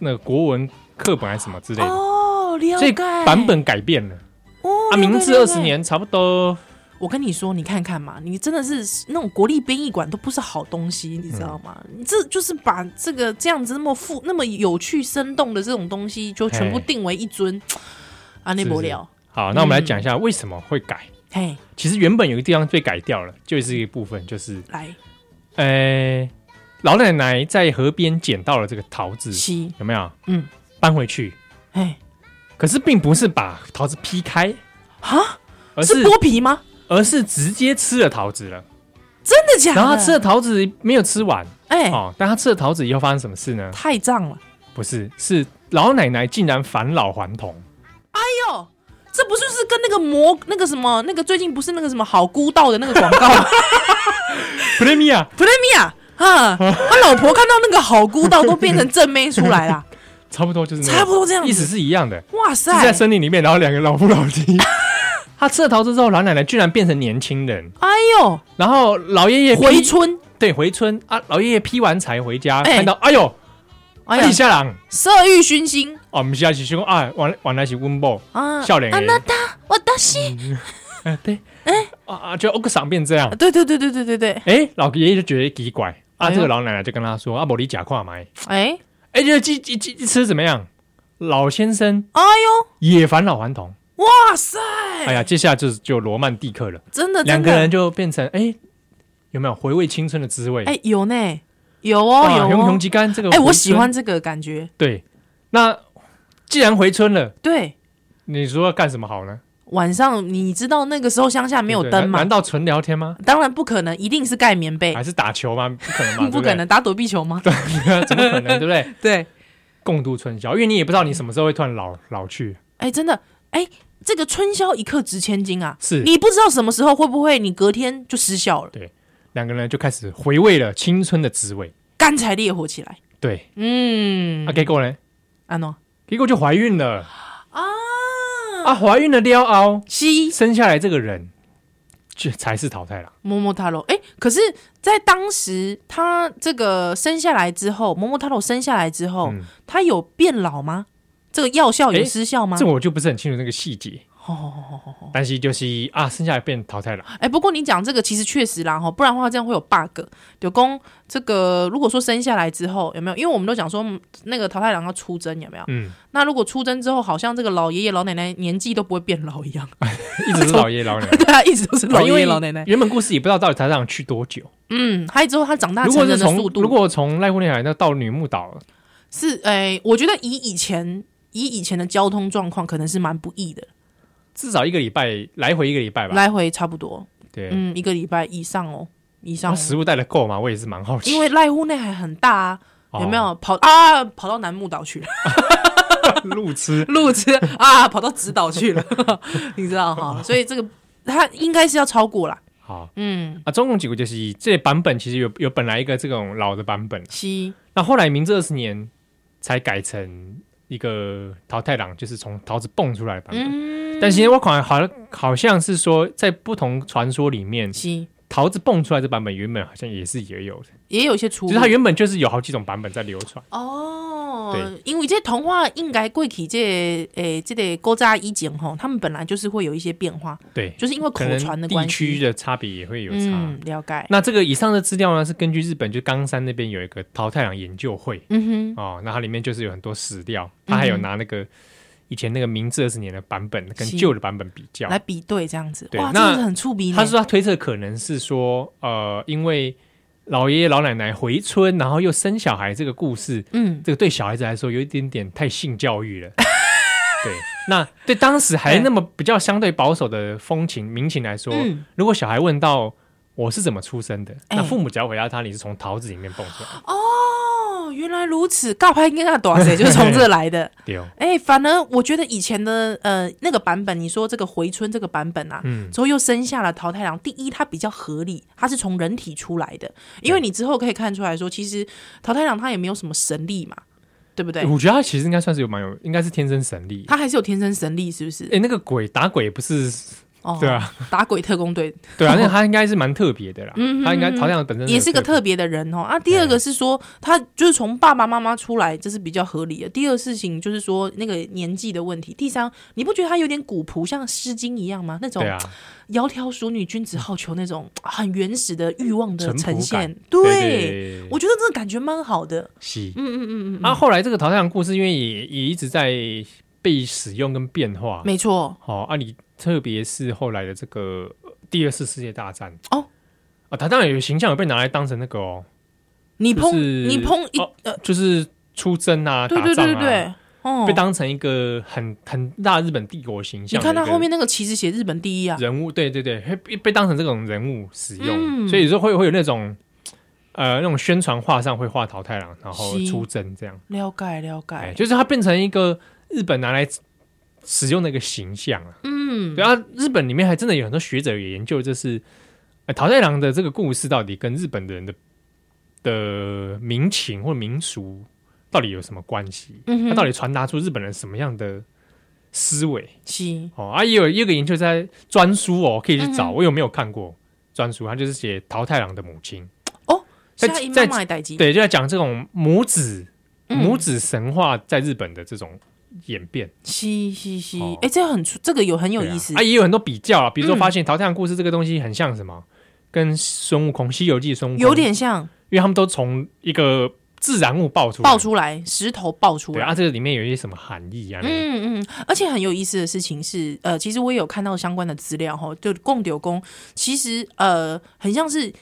[SPEAKER 1] 那个国文课本还是什么之类的，
[SPEAKER 2] 哦，了
[SPEAKER 1] 所以
[SPEAKER 2] 解
[SPEAKER 1] 版本改变了。
[SPEAKER 2] 哦，
[SPEAKER 1] 啊，
[SPEAKER 2] 了解
[SPEAKER 1] 明治二十，年差不多，
[SPEAKER 2] 了解我跟你说，你看看嘛，你真的是那种国立编译馆都不是好东西，你知道吗？你这就是把这个这样子那么富、那么有趣、生动的这种东西，就全部
[SPEAKER 1] 嘿
[SPEAKER 2] 定为一尊啊，那
[SPEAKER 1] 是
[SPEAKER 2] 不
[SPEAKER 1] 是
[SPEAKER 2] 了，
[SPEAKER 1] 好，那我们来讲一
[SPEAKER 2] 嗯
[SPEAKER 1] 下为什么会改。
[SPEAKER 2] 嘿，
[SPEAKER 1] 其实原本有个地方被改掉了，就是一个部分，就是
[SPEAKER 2] 来
[SPEAKER 1] 呃，老奶奶在河边捡到了这个桃子，
[SPEAKER 2] 吸，
[SPEAKER 1] 有没有？
[SPEAKER 2] 嗯，
[SPEAKER 1] 搬回去，
[SPEAKER 2] 嘿，
[SPEAKER 1] 可是并不是把桃子劈开，
[SPEAKER 2] 啊，
[SPEAKER 1] 而
[SPEAKER 2] 哦是
[SPEAKER 1] 是
[SPEAKER 2] 剥皮吗？
[SPEAKER 1] 而是直接吃了桃子了。
[SPEAKER 2] 真的假的？
[SPEAKER 1] 然后她吃了桃子没有吃完
[SPEAKER 2] 哎、
[SPEAKER 1] 哦，但她吃了桃子以后发生什么事呢？
[SPEAKER 2] 太胀了。
[SPEAKER 1] 不是，是老奶奶竟然返老还 童。
[SPEAKER 2] 哎呦，这不就是跟那个魔那个什么那个最近不是那个什么好孤道的那个广告 吗
[SPEAKER 1] 普雷米亚
[SPEAKER 2] ？Premier 啊，他老婆看到那个好孤道都变成正妹出来啦，
[SPEAKER 1] 差不多就是那个
[SPEAKER 2] 差不多这样子
[SPEAKER 1] 意思是一样的，
[SPEAKER 2] 哇
[SPEAKER 1] 是在
[SPEAKER 2] 塞！
[SPEAKER 1] 森林里面，然后两个老夫 老妻。她吃了桃子之后，老奶奶居然变成年轻人，
[SPEAKER 2] 哎呦，
[SPEAKER 1] 然后老爷爷劈
[SPEAKER 2] 回春，
[SPEAKER 1] 对回村啊，老爷爷劈完柴回家，
[SPEAKER 2] 哎
[SPEAKER 1] 看到哎呦，
[SPEAKER 2] 哎
[SPEAKER 1] 立
[SPEAKER 2] 呀，
[SPEAKER 1] 下郎
[SPEAKER 2] 色欲熏心
[SPEAKER 1] 哦，不是啊，是说啊，原原来是温某，
[SPEAKER 2] 啊，
[SPEAKER 1] 笑脸
[SPEAKER 2] 啊，
[SPEAKER 1] 耶
[SPEAKER 2] 那他我的心，
[SPEAKER 1] 哎对，哎啊啊，就欧克桑变这样，
[SPEAKER 2] 对对对对对对对，
[SPEAKER 1] 哎，老爷爷就觉得奇怪啊，
[SPEAKER 2] 哎呦
[SPEAKER 1] 这个老奶奶就跟他说啊，我你假胯埋，
[SPEAKER 2] 哎
[SPEAKER 1] 哎，就一一一一吃怎么样？老先生
[SPEAKER 2] 哎呦，
[SPEAKER 1] 也返老还童，
[SPEAKER 2] 哇塞，
[SPEAKER 1] 哎呀，接下来就是就罗曼蒂克了，
[SPEAKER 2] 啊真的
[SPEAKER 1] 两
[SPEAKER 2] 真
[SPEAKER 1] 个人
[SPEAKER 2] 的，
[SPEAKER 1] 就变成哎，有没有回味青春的滋味？
[SPEAKER 2] 哎有呢，有
[SPEAKER 1] 哇，
[SPEAKER 2] 哦有
[SPEAKER 1] 熊熊
[SPEAKER 2] 哦，
[SPEAKER 1] 吉干这个，
[SPEAKER 2] 哎我喜欢。这个感觉，
[SPEAKER 1] 对，那既然回村了，
[SPEAKER 2] 对，
[SPEAKER 1] 你说要干什么好呢？
[SPEAKER 2] 晚上你知道那个时候乡下没有
[SPEAKER 1] 对不对哎难
[SPEAKER 2] 灯嘛
[SPEAKER 1] 难？道纯聊天吗？
[SPEAKER 2] 当然不可能，一定是盖棉被，
[SPEAKER 1] 还是打球吗？不可能 嘛，
[SPEAKER 2] 哎不可能打躲避球吗？
[SPEAKER 1] 对不对， 怎么可能？对不对？
[SPEAKER 2] 对，
[SPEAKER 1] 共度春宵，因为你也不知道你什么时候会突然老老去，
[SPEAKER 2] 哎，真的，哎，这个春宵一刻值千金啊！
[SPEAKER 1] 是
[SPEAKER 2] 你不知道什么时候会不会，你隔天就失效了，
[SPEAKER 1] 两个人就开始回味了青春的滋味。
[SPEAKER 2] 干柴烈火起来。
[SPEAKER 1] 对，
[SPEAKER 2] 嗯
[SPEAKER 1] 啊，，结果呢？
[SPEAKER 2] 安诺
[SPEAKER 1] 结果就怀孕了
[SPEAKER 2] 啊，
[SPEAKER 1] 啊，怀孕了撩凹，
[SPEAKER 2] 西
[SPEAKER 1] 生下来这个人就才是淘汰了。
[SPEAKER 2] 摸摸塔罗，哎，可是，在当时他这个生下来之后，摸摸塔罗生下来之后，
[SPEAKER 1] 嗯
[SPEAKER 2] 他有变老吗？这个药效有
[SPEAKER 1] 哎
[SPEAKER 2] 失效吗？
[SPEAKER 1] 这我就不是很清楚那个细节，
[SPEAKER 2] 哦，
[SPEAKER 1] 但是就是啊，生下来变淘 汰了。
[SPEAKER 2] 哎、不过你讲这个其实确实啦，哈，不然的话这样会有 bug。有公这个如果说生下来之后有没有？因为我们都讲说嗯那个桃太郎要出征有没有？
[SPEAKER 1] 嗯，
[SPEAKER 2] 那如果出征之后，好像这个老爷爷老奶奶年纪都不会变老一样。
[SPEAKER 1] 一直是老爷老奶奶。
[SPEAKER 2] 对啊，一直都是老
[SPEAKER 1] 哦因
[SPEAKER 2] 爷
[SPEAKER 1] 为
[SPEAKER 2] 爷老奶奶。
[SPEAKER 1] 原本故事也不知道到底台上去多久。
[SPEAKER 2] 嗯，还有之后他长大
[SPEAKER 1] 如果
[SPEAKER 2] 成
[SPEAKER 1] 是
[SPEAKER 2] 人的
[SPEAKER 1] 从
[SPEAKER 2] 速度
[SPEAKER 1] 如果从濑户内海那到女木岛，
[SPEAKER 2] 是哎、我觉得以以前以以前的交通状况，可能是蛮不易的，
[SPEAKER 1] 至少一个礼拜来回一个礼拜吧。
[SPEAKER 2] 来回差不多，
[SPEAKER 1] 对，
[SPEAKER 2] 嗯，一个礼拜以上哦，以上
[SPEAKER 1] 那
[SPEAKER 2] 哦、
[SPEAKER 1] 食物带的够吗？我也是蛮好奇。
[SPEAKER 2] 因为濑户内海很大啊，
[SPEAKER 1] 哦
[SPEAKER 2] 有没有跑啊？跑到南木岛去了，
[SPEAKER 1] 路痴？
[SPEAKER 2] 路痴啊，跑到直岛去了， 你知 道哈？所以这个它应该是要超过啦。
[SPEAKER 1] 好
[SPEAKER 2] 嗯，
[SPEAKER 1] 啊，总共几个就是这版本其实有有本来一个这种老的版本，
[SPEAKER 2] 七
[SPEAKER 1] 那后来明治二十年才改成一个桃太郎，就是从桃子蹦出来的版本。
[SPEAKER 2] 嗯
[SPEAKER 1] 但其实我好像好像好像是说，在不同传说里面，
[SPEAKER 2] 七
[SPEAKER 1] 桃子蹦出来这版本原本好像也是也有的，
[SPEAKER 2] 也有一些出
[SPEAKER 1] 就
[SPEAKER 2] 入
[SPEAKER 1] 是它原本就是有好几种版本在流传。
[SPEAKER 2] 哦
[SPEAKER 1] 对，
[SPEAKER 2] 因为这童话应该过去这诶、这个勾扎一景吼，他们本来就是会有一些变化，
[SPEAKER 1] 对，
[SPEAKER 2] 就是因为口
[SPEAKER 1] 可能
[SPEAKER 2] 传的
[SPEAKER 1] 地
[SPEAKER 2] 关
[SPEAKER 1] 区
[SPEAKER 2] 系。
[SPEAKER 1] 的差别也会有差。
[SPEAKER 2] 嗯，了解。
[SPEAKER 1] 那这个以上的资料呢，是根据日本就冈山那边有一个桃太郎研究会
[SPEAKER 2] 嗯哼，
[SPEAKER 1] 哦，那它里面就是有很多史
[SPEAKER 2] 嗯
[SPEAKER 1] 料，它还有拿那个、以前那个明治二十年的版本跟
[SPEAKER 2] 是
[SPEAKER 1] 旧的版本比较。
[SPEAKER 2] 来比对这样子，
[SPEAKER 1] 对
[SPEAKER 2] 哇，真
[SPEAKER 1] 那
[SPEAKER 2] 的是很触鼻呢。
[SPEAKER 1] 他说他推测可能是说，呃，因为老爷爷老奶奶回村，然后又生小孩这个故事，
[SPEAKER 2] 嗯，
[SPEAKER 1] 这个对小孩子来说有一点点太性教育了。 对，那对当时还那么比较相对保守的风情民情来说，
[SPEAKER 2] 嗯
[SPEAKER 1] 如果小孩问到我是怎么出生的，
[SPEAKER 2] 哎
[SPEAKER 1] 那父母只要回答他你是从桃子里面蹦出来的，
[SPEAKER 2] 哦，原来如此，尬拍跟那多 谁就是从这来 的。
[SPEAKER 1] 对哦，
[SPEAKER 2] 哎、反而我觉得以前的呃那个版本，你说这个回春这个版本啊，
[SPEAKER 1] 嗯，
[SPEAKER 2] 之后又生下了桃太郎。第一，它比较合理，它是从人体出来的，因为你之后可以看出来说，其实桃太郎他也没有什么神力嘛，对不对？啊
[SPEAKER 1] 我觉得他其实应该算是有蛮有，应该是天生神力。
[SPEAKER 2] 他还是有天生神力，是不是？
[SPEAKER 1] 哎、那个鬼打鬼不是
[SPEAKER 2] 哦，
[SPEAKER 1] 对，啊，
[SPEAKER 2] 打鬼特工队
[SPEAKER 1] 对啊，那他应该是蛮特别的啦。
[SPEAKER 2] 嗯嗯
[SPEAKER 1] 他应该
[SPEAKER 2] 嗯
[SPEAKER 1] 桃太郎本身
[SPEAKER 2] 也是个
[SPEAKER 1] 特别
[SPEAKER 2] 特别的人哦。啊，第二个是说他就是从爸爸妈妈出来，这是比较合理的。第二事情就是说那个年纪的问题。第三，你不觉得他有点古朴，像《诗经》一样吗？那种
[SPEAKER 1] 对啊，
[SPEAKER 2] 窈窕淑女，君子好逑那种啊很原始的欲望的
[SPEAKER 1] 淳朴
[SPEAKER 2] 呈现。
[SPEAKER 1] 对对对对
[SPEAKER 2] 我觉得这个感觉蛮好的。
[SPEAKER 1] 是。
[SPEAKER 2] 嗯嗯嗯嗯嗯，
[SPEAKER 1] 啊，后来这个桃太郎故事，因为也也一直在被使用跟变化。
[SPEAKER 2] 没错。
[SPEAKER 1] 好、哦、啊，你特别是后来的这个呃第二次世界大战
[SPEAKER 2] 哦，
[SPEAKER 1] 啊，它当然有形象有被拿来当成那个哦，
[SPEAKER 2] 你
[SPEAKER 1] 就
[SPEAKER 2] 碰
[SPEAKER 1] 是
[SPEAKER 2] 你碰一
[SPEAKER 1] 哦
[SPEAKER 2] 呃，
[SPEAKER 1] 就是出征啊，
[SPEAKER 2] 对对
[SPEAKER 1] 打
[SPEAKER 2] 对
[SPEAKER 1] 仗
[SPEAKER 2] 对
[SPEAKER 1] 啊，
[SPEAKER 2] 对，哦
[SPEAKER 1] 被，当成一个很很大日本帝国形
[SPEAKER 2] 你
[SPEAKER 1] 象。
[SPEAKER 2] 看他后面。那个旗子写日本第一啊，
[SPEAKER 1] 人物对对对，会被被当成这种人物使用，
[SPEAKER 2] 嗯
[SPEAKER 1] 所以说会会有那种，呃，那种宣传画上会画桃太郎，然后
[SPEAKER 2] 是
[SPEAKER 1] 出征这样。
[SPEAKER 2] 了解了
[SPEAKER 1] 哎，
[SPEAKER 2] 解。
[SPEAKER 1] 就是它变成一个日本拿来使用的一个形象啊。
[SPEAKER 2] 嗯
[SPEAKER 1] 对啊，日本里面还真的有很多学者也研究，就是、呃、桃太郎的这个故事到底跟日本的人的的民情或民俗到底有什么关系？
[SPEAKER 2] 嗯
[SPEAKER 1] 它
[SPEAKER 2] 哼，
[SPEAKER 1] 到底传达出日本人什么样的思维？
[SPEAKER 2] 是
[SPEAKER 1] 哦，啊，也有也有个研究在专书哦，可以去找，
[SPEAKER 2] 嗯哼
[SPEAKER 1] 我有没有看过专书？它就是写桃太郎的母亲，在
[SPEAKER 2] 下一
[SPEAKER 1] 在
[SPEAKER 2] 妈妈的代际。
[SPEAKER 1] 对，就在讲这种母子
[SPEAKER 2] 嗯
[SPEAKER 1] 母子神话在日本的这种演变。
[SPEAKER 2] 是是是，哎、
[SPEAKER 1] 哦
[SPEAKER 2] 这个很出这个有很有
[SPEAKER 1] 对
[SPEAKER 2] 意思
[SPEAKER 1] 啊，啊也有很多比较啊，比如说
[SPEAKER 2] 嗯
[SPEAKER 1] 发现《桃太郎故事》这个东西很像什么，跟孙悟空《西游记》孙悟空
[SPEAKER 2] 有，点像
[SPEAKER 1] 因为他们都从一个自然物爆出来
[SPEAKER 2] 爆出来石头爆出
[SPEAKER 1] 对
[SPEAKER 2] 来。
[SPEAKER 1] 啊，这个里面有一些什么含义啊？嗯，
[SPEAKER 2] 嗯嗯，而且很有意思的事情是，呃，其实我也有看到相关的资料哈，就共丢工，其实呃，很像是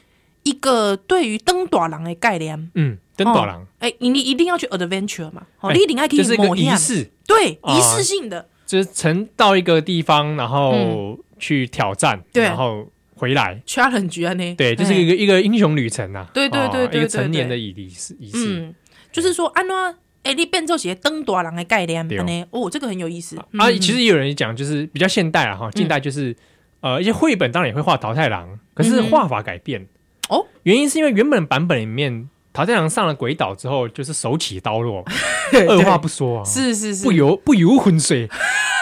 [SPEAKER 2] 一个对于灯短郎的概念。
[SPEAKER 1] 嗯登岛郎
[SPEAKER 2] 哎、你你一定要去 adventure 嘛，哦，
[SPEAKER 1] 哎
[SPEAKER 2] 你一定要去
[SPEAKER 1] 就是一个
[SPEAKER 2] 冒
[SPEAKER 1] 仪
[SPEAKER 2] 险，
[SPEAKER 1] 式，
[SPEAKER 2] 对，
[SPEAKER 1] 啊
[SPEAKER 2] 仪式性的，
[SPEAKER 1] 就是曾到一个地方，然后去挑战，
[SPEAKER 2] 嗯对
[SPEAKER 1] 然后回来，
[SPEAKER 2] challenge 啊呢？
[SPEAKER 1] 对，就是一
[SPEAKER 2] 嘿
[SPEAKER 1] 个一个英雄旅程呐，
[SPEAKER 2] 对对
[SPEAKER 1] 哦
[SPEAKER 2] 对对
[SPEAKER 1] 一个
[SPEAKER 2] 对
[SPEAKER 1] 成年的
[SPEAKER 2] 对
[SPEAKER 1] 仪式仪式，
[SPEAKER 2] 嗯，就是说安怎哎，欸你变奏些登大人的概念
[SPEAKER 1] 对哦
[SPEAKER 2] 安尼，哦，这个很有意思
[SPEAKER 1] 啊，
[SPEAKER 2] 嗯
[SPEAKER 1] 其实也有人讲，就是比较现代了哈，近代就是、呃一些绘本当然也会画桃太郎，可是
[SPEAKER 2] 嗯哼
[SPEAKER 1] 画法改变
[SPEAKER 2] 哦，
[SPEAKER 1] 原因是因为原本版本里面桃太郎上了鬼岛之后，就是手起刀落嘛，
[SPEAKER 2] 对
[SPEAKER 1] 二话不说啊，
[SPEAKER 2] 嗯是是是
[SPEAKER 1] 不，由不由浑水，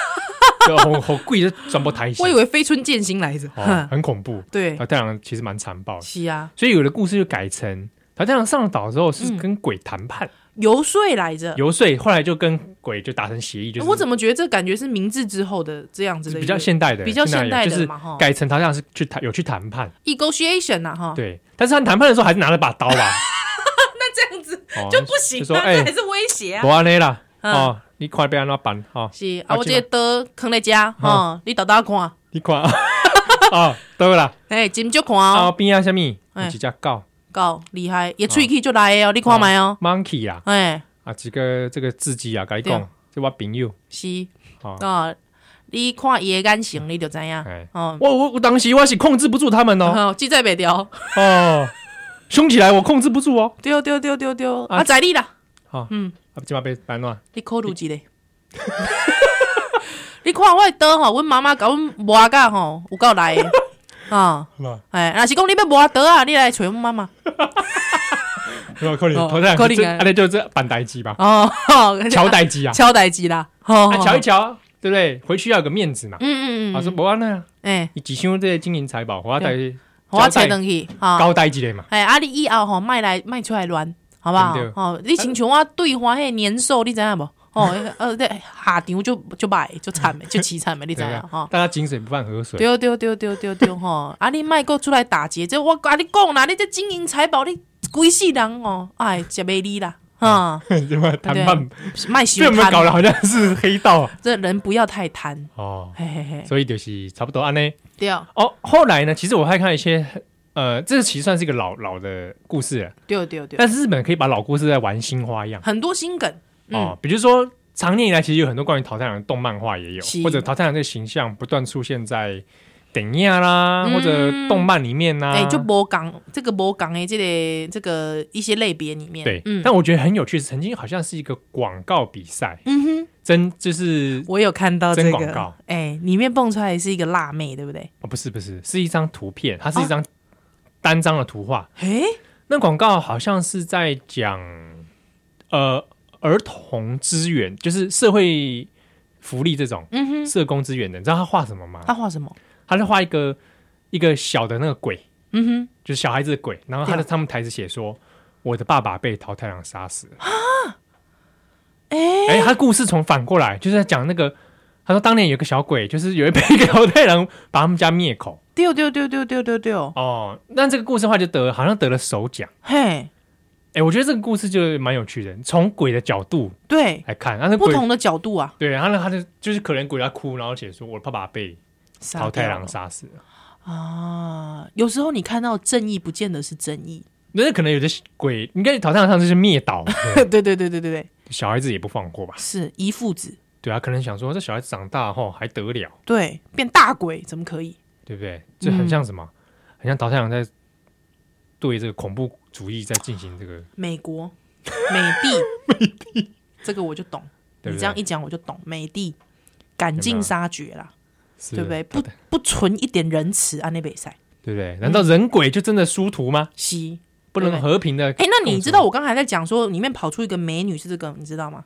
[SPEAKER 1] 对好好贵的转播台戏
[SPEAKER 2] 我以，为飞春剑心来着，
[SPEAKER 1] 哦
[SPEAKER 2] 哼，
[SPEAKER 1] 很恐怖。
[SPEAKER 2] 对，
[SPEAKER 1] 桃太郎其实蛮残暴的，
[SPEAKER 2] 是啊，
[SPEAKER 1] 所以有的故事就改成桃太郎上了岛之后是
[SPEAKER 2] 嗯
[SPEAKER 1] 跟鬼谈判、
[SPEAKER 2] 游说来着。
[SPEAKER 1] 游说，后来就跟鬼就达成协议，就是
[SPEAKER 2] 我怎么觉得这感觉是明治之后的这样子
[SPEAKER 1] 是
[SPEAKER 2] 的一
[SPEAKER 1] 比
[SPEAKER 2] 个
[SPEAKER 1] 较现代的，
[SPEAKER 2] 比较现代
[SPEAKER 1] 就是
[SPEAKER 2] 的嘛哈
[SPEAKER 1] 改成好像是去谈有去谈判，
[SPEAKER 2] negotiation 啊哈，
[SPEAKER 1] 对，但是他谈判的时候还是拿了把刀 吧，
[SPEAKER 2] 那这样子
[SPEAKER 1] 哦
[SPEAKER 2] 就不行
[SPEAKER 1] 就
[SPEAKER 2] 啊，
[SPEAKER 1] 说哎
[SPEAKER 2] 这还是威胁啊
[SPEAKER 1] 罗。安内啦，
[SPEAKER 2] 嗯
[SPEAKER 1] 哦，你快被安那办哦，
[SPEAKER 2] 是
[SPEAKER 1] 啊
[SPEAKER 2] 啊，我这个刀扛在家
[SPEAKER 1] 嗯
[SPEAKER 2] 哦，你倒倒看，
[SPEAKER 1] 你 快哦，对啦，
[SPEAKER 2] 哎，金就看
[SPEAKER 1] 啊
[SPEAKER 2] 哦，
[SPEAKER 1] 边啊什么
[SPEAKER 2] 哎
[SPEAKER 1] 有一只狗
[SPEAKER 2] 够厉害，也喙齿就来的哦，你看麦哦，
[SPEAKER 1] monkey 啦，
[SPEAKER 2] 哎，
[SPEAKER 1] 啊几个这个字迹啊，跟你
[SPEAKER 2] 对
[SPEAKER 1] 讲，这我朋友，
[SPEAKER 2] 是
[SPEAKER 1] 哦
[SPEAKER 2] 啊，你看伊的眼神，你就知影
[SPEAKER 1] 哎
[SPEAKER 2] 哦。
[SPEAKER 1] 我我我当时我是控制不住他们哦，
[SPEAKER 2] 哦，记在袂掉，
[SPEAKER 1] 哦，凶起来我控制不住哦，
[SPEAKER 2] 对对对对对，
[SPEAKER 1] 啊
[SPEAKER 2] 啊，在你啦，
[SPEAKER 1] 啊，今晚被安乱，
[SPEAKER 2] 你考虑一下。 你看我的刀吼，阮妈妈甲阮磨甲吼，有够 来的啊！哎，若是讲你要磨刀啊，你来找阮妈妈
[SPEAKER 1] 有可能
[SPEAKER 2] 哦
[SPEAKER 1] 头上
[SPEAKER 2] 可能
[SPEAKER 1] 这
[SPEAKER 2] 啊
[SPEAKER 1] 啊，那就是板呆机 吧，
[SPEAKER 2] 哦，
[SPEAKER 1] 乔代机啊，
[SPEAKER 2] 敲代志啦，哦
[SPEAKER 1] 啊，瞧一瞧，对不对？回去要有个面子嘛。
[SPEAKER 2] 嗯嗯嗯，
[SPEAKER 1] 啊，说无安尼啊，
[SPEAKER 2] 哎，
[SPEAKER 1] 伊一箱这些金银财宝，我带
[SPEAKER 2] 我切回去啊，
[SPEAKER 1] 交代一下嘛。
[SPEAKER 2] 哎，啊，你以后吼，卖来卖出来乱，好不好
[SPEAKER 1] 对不？
[SPEAKER 2] 哦，你亲像我对花迄年兽，你知影无？哦，那个呃，对，下场就就卖就惨的，就凄惨的，你知
[SPEAKER 1] 对
[SPEAKER 2] 影哦
[SPEAKER 1] 啊
[SPEAKER 2] 吼？
[SPEAKER 1] 大家井水不犯河水。
[SPEAKER 2] 对对对对对对吼！ 啊，你卖个出来打劫，这我啊你讲啦，你这金银财宝，你规世人哦，哎，食袂你啦， 哈，
[SPEAKER 1] 对吧？谈判
[SPEAKER 2] 卖
[SPEAKER 1] 被
[SPEAKER 2] 小
[SPEAKER 1] 我们搞
[SPEAKER 2] 贪，
[SPEAKER 1] 得好像是黑 道
[SPEAKER 2] 这人不要太贪，
[SPEAKER 1] 哦。
[SPEAKER 2] 嘿 嘿嘿，
[SPEAKER 1] 所以就是差不多安尼。
[SPEAKER 2] 对
[SPEAKER 1] 哦，后来呢，其实我还看一些。呃，这其实算是一个老老的故事了，
[SPEAKER 2] 对对对，
[SPEAKER 1] 但是日本可以把老故事再玩新花样
[SPEAKER 2] 很多新梗，嗯
[SPEAKER 1] 哦，比如说长年以来其实有很多关于桃太郎的动漫画也有
[SPEAKER 2] 是，
[SPEAKER 1] 或者桃太郎这个形象不断出现在电影啦，或者
[SPEAKER 2] 嗯
[SPEAKER 1] 动漫里面啊啦，
[SPEAKER 2] 哎、就播港这个播港哎，这个这个一些类别里面，
[SPEAKER 1] 对，
[SPEAKER 2] 嗯，
[SPEAKER 1] 但我觉得很有趣，是曾经好像是一个广告比赛，
[SPEAKER 2] 嗯哼，
[SPEAKER 1] 真就是
[SPEAKER 2] 我有看到这
[SPEAKER 1] 真
[SPEAKER 2] 个
[SPEAKER 1] 广告，
[SPEAKER 2] 哎、里面蹦出来是一个辣妹，对不对？
[SPEAKER 1] 哦，不是不是，是一张图片，它是一张单张的图画。
[SPEAKER 2] 哎、
[SPEAKER 1] 那广告好像是在讲呃儿童资源，就是社会福利这种
[SPEAKER 2] 嗯啊哼，
[SPEAKER 1] 社工资源的。你知道他画什么吗？
[SPEAKER 2] 他画什么？
[SPEAKER 1] 他就画一个一个小的那个鬼，
[SPEAKER 2] 嗯
[SPEAKER 1] 就是小孩子的鬼，然后他的
[SPEAKER 2] 对
[SPEAKER 1] 他们台词写说。我的爸爸被桃太郎杀死了。
[SPEAKER 2] 哼，
[SPEAKER 1] 哎、
[SPEAKER 2] 哎、
[SPEAKER 1] 他故事从反过来，就是在讲那个，他说当年有个小鬼，就是 有一被一个桃太郎把他们家灭口
[SPEAKER 2] 丢丢丢丢丢丢丢，
[SPEAKER 1] 哦。那这个故事的话，就得好像得了首奖。
[SPEAKER 2] 嘿，
[SPEAKER 1] 哎、我觉得这个故事就蛮有趣的，从鬼的角度
[SPEAKER 2] 对，
[SPEAKER 1] 来看，然后那
[SPEAKER 2] 不
[SPEAKER 1] 鬼
[SPEAKER 2] 同的角度啊，
[SPEAKER 1] 对，然后呢他就就是可怜鬼他哭，然后写说我的爸爸被
[SPEAKER 2] 杀
[SPEAKER 1] 桃太
[SPEAKER 2] 掉
[SPEAKER 1] 郎
[SPEAKER 2] 了
[SPEAKER 1] 杀死了。
[SPEAKER 2] 啊，有时候你看到正义，不见得是正 义，
[SPEAKER 1] 那可能有的鬼，应该桃太郎上就是灭岛，对
[SPEAKER 2] 对对对对对对，
[SPEAKER 1] 小孩子也不放过吧？
[SPEAKER 2] 是一父子，
[SPEAKER 1] 对啊，可能想说这小孩子长大后还得了，
[SPEAKER 2] 对，变大鬼怎么可以？
[SPEAKER 1] 对不对？这很
[SPEAKER 2] 嗯
[SPEAKER 1] 像什么？很像桃太郎在对这个恐怖主义在进行这个
[SPEAKER 2] 美国，美帝，这个我就懂。
[SPEAKER 1] 对不对
[SPEAKER 2] 你这样一讲我就懂，美帝赶尽杀绝啦，
[SPEAKER 1] 是
[SPEAKER 2] 对不对？不不存一点仁慈啊，那比赛
[SPEAKER 1] 对不对？难道人鬼就真的殊途吗？
[SPEAKER 2] 西。
[SPEAKER 1] 不
[SPEAKER 2] 对
[SPEAKER 1] 能
[SPEAKER 2] 不
[SPEAKER 1] 和平的？
[SPEAKER 2] 哎，那你知道我刚才在讲说里面跑出一个美女是这个，你知道吗？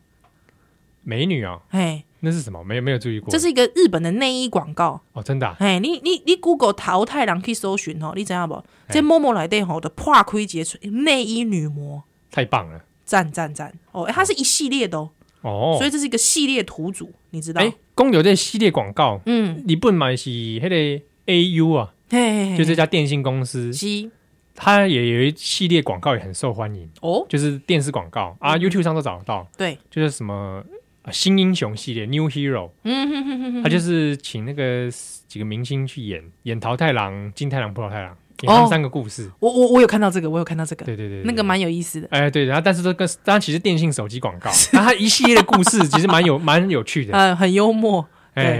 [SPEAKER 1] 美女啊、
[SPEAKER 2] 哎，
[SPEAKER 1] 那是什么？没有没有注意过？
[SPEAKER 2] 这是一个日本的内衣广告。
[SPEAKER 1] 哦，真的啊、
[SPEAKER 2] 哎，你你你 Google 淘汰郎去搜寻哦，你知道不？这某某来对吼的破开解出内衣女魔，
[SPEAKER 1] 太棒了
[SPEAKER 2] 赞赞赞！哦，诶它是一系列的哦，
[SPEAKER 1] 哦！
[SPEAKER 2] 所以这是一个系列图组，你知道？
[SPEAKER 1] 哎，公牛这系列广告，
[SPEAKER 2] 嗯，
[SPEAKER 1] 日本买是那个 AU 啊，
[SPEAKER 2] 嘿嘿嘿，
[SPEAKER 1] 就这家电信公司，
[SPEAKER 2] 西
[SPEAKER 1] 它也有一系列广告也很受欢迎，
[SPEAKER 2] 哦，
[SPEAKER 1] 就是电视广告
[SPEAKER 2] 嗯
[SPEAKER 1] 啊，YouTube 上都找得到，
[SPEAKER 2] 对，
[SPEAKER 1] 就是什么。呃新英雄系列 New Hero，
[SPEAKER 2] 嗯哼哼哼哼，
[SPEAKER 1] 他就是请那个几个明星去演，演桃太郎、金太郎、葡萄太郎，演他们
[SPEAKER 2] 哦
[SPEAKER 1] 三个故事。
[SPEAKER 2] 我我我有看到这个，我有看到这个，
[SPEAKER 1] 对对对，对
[SPEAKER 2] 那个蛮有意思的。
[SPEAKER 1] 哎对，然后但是这个它其实电信手机广告， 然后它一系列的故事其实蛮有蛮有趣的。
[SPEAKER 2] 呃，很幽默，
[SPEAKER 1] 哎
[SPEAKER 2] 对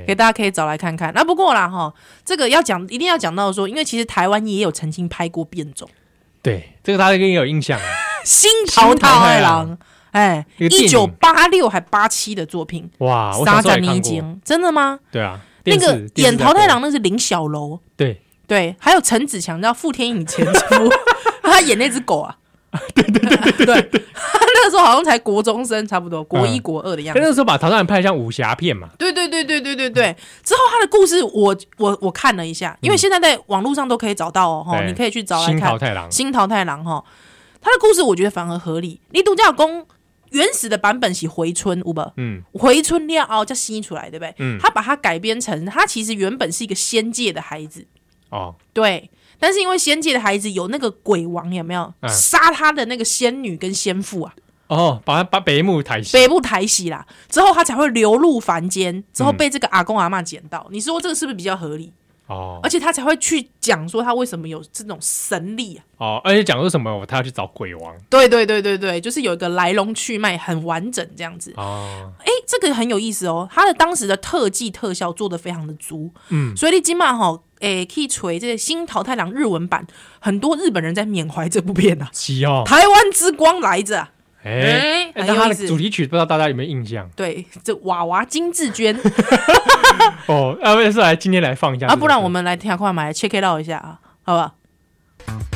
[SPEAKER 1] 哎，
[SPEAKER 2] 给
[SPEAKER 1] 哎
[SPEAKER 2] 大家可以找来看看。那不过啦哈，这个要讲一定要讲到说，因为其实台湾也有曾经拍过 变种
[SPEAKER 1] 对，这个大家应该有印象啊。
[SPEAKER 2] 《新桃
[SPEAKER 1] 桃
[SPEAKER 2] 桃
[SPEAKER 1] 太
[SPEAKER 2] 太
[SPEAKER 1] 郎
[SPEAKER 2] 郎》，哎，
[SPEAKER 1] 啊一个电
[SPEAKER 2] 一
[SPEAKER 1] 影
[SPEAKER 2] 九八六还八七的作品，
[SPEAKER 1] 哇，我小
[SPEAKER 2] 沙
[SPEAKER 1] 时候
[SPEAKER 2] 赞
[SPEAKER 1] 也
[SPEAKER 2] 尼
[SPEAKER 1] 看过。
[SPEAKER 2] 经，真的吗？
[SPEAKER 1] 对啊，
[SPEAKER 2] 那
[SPEAKER 1] 电视
[SPEAKER 2] 个
[SPEAKER 1] 电视
[SPEAKER 2] 演
[SPEAKER 1] 在
[SPEAKER 2] 桃太
[SPEAKER 1] 播
[SPEAKER 2] 郎那是林小楼，
[SPEAKER 1] 对
[SPEAKER 2] 对，还有陈子强，你知道傅天颖 前夫，他演那只狗啊。对对对对对 他那个时候好像才国中生，差不多国一
[SPEAKER 1] 嗯
[SPEAKER 2] 国二的样
[SPEAKER 1] 他
[SPEAKER 2] 子。
[SPEAKER 1] 那时候把《唐探》拍得像武侠片嘛，
[SPEAKER 2] 对对对对对对对。之后他的故事我，我我看了一下，因为现在在网络上都可以找到哦，吼
[SPEAKER 1] 对
[SPEAKER 2] 你可以去找来
[SPEAKER 1] 新
[SPEAKER 2] 看
[SPEAKER 1] 桃太郎》。
[SPEAKER 2] 新桃太郎哈。他的故事我觉得反而合理。你度假宫原始的版本是回春，有无？
[SPEAKER 1] 嗯，
[SPEAKER 2] 回春料哦，叫吸出来，对不对？
[SPEAKER 1] 嗯
[SPEAKER 2] 他把它改编成，他其实原本是一个仙界的孩子，
[SPEAKER 1] 哦，
[SPEAKER 2] 对。但是因为仙界的孩子有那个鬼王，有没有
[SPEAKER 1] 嗯
[SPEAKER 2] 杀他的那个仙女跟仙妇啊？
[SPEAKER 1] 哦，把他把北木抬起，
[SPEAKER 2] 北部台喜啦，之后他才会流入凡间，之后被这个阿公阿嬷捡到。你说这个是不是比较合理？
[SPEAKER 1] 哦
[SPEAKER 2] 而且他才会去讲说他为什么有这种神力啊？
[SPEAKER 1] 哦，而且讲说什么，我他要去找鬼王
[SPEAKER 2] 对对对对对，就是有一个来龙去脉很完整这样子。
[SPEAKER 1] 哦，
[SPEAKER 2] 哎，这个很有意思哦，他的当时的特技特效做的非常的足，
[SPEAKER 1] 嗯，
[SPEAKER 2] 所以你今嘛吼，诶，可以锤这个新桃太郎日文版，很多日本人在缅怀这部片啊，
[SPEAKER 1] 西哦，
[SPEAKER 2] 台湾之光来着啊、
[SPEAKER 1] 哎，哎
[SPEAKER 2] 哎很
[SPEAKER 1] 那
[SPEAKER 2] 有
[SPEAKER 1] 他
[SPEAKER 2] 意
[SPEAKER 1] 的
[SPEAKER 2] 思
[SPEAKER 1] 主题曲不知道大家有没有印象？
[SPEAKER 2] 对，这娃娃金志 娟
[SPEAKER 1] 哦，要不是来今天来放一下
[SPEAKER 2] 啊，不然我
[SPEAKER 1] 们
[SPEAKER 2] 们来听看嘛来，check it out 一下啊，好吧？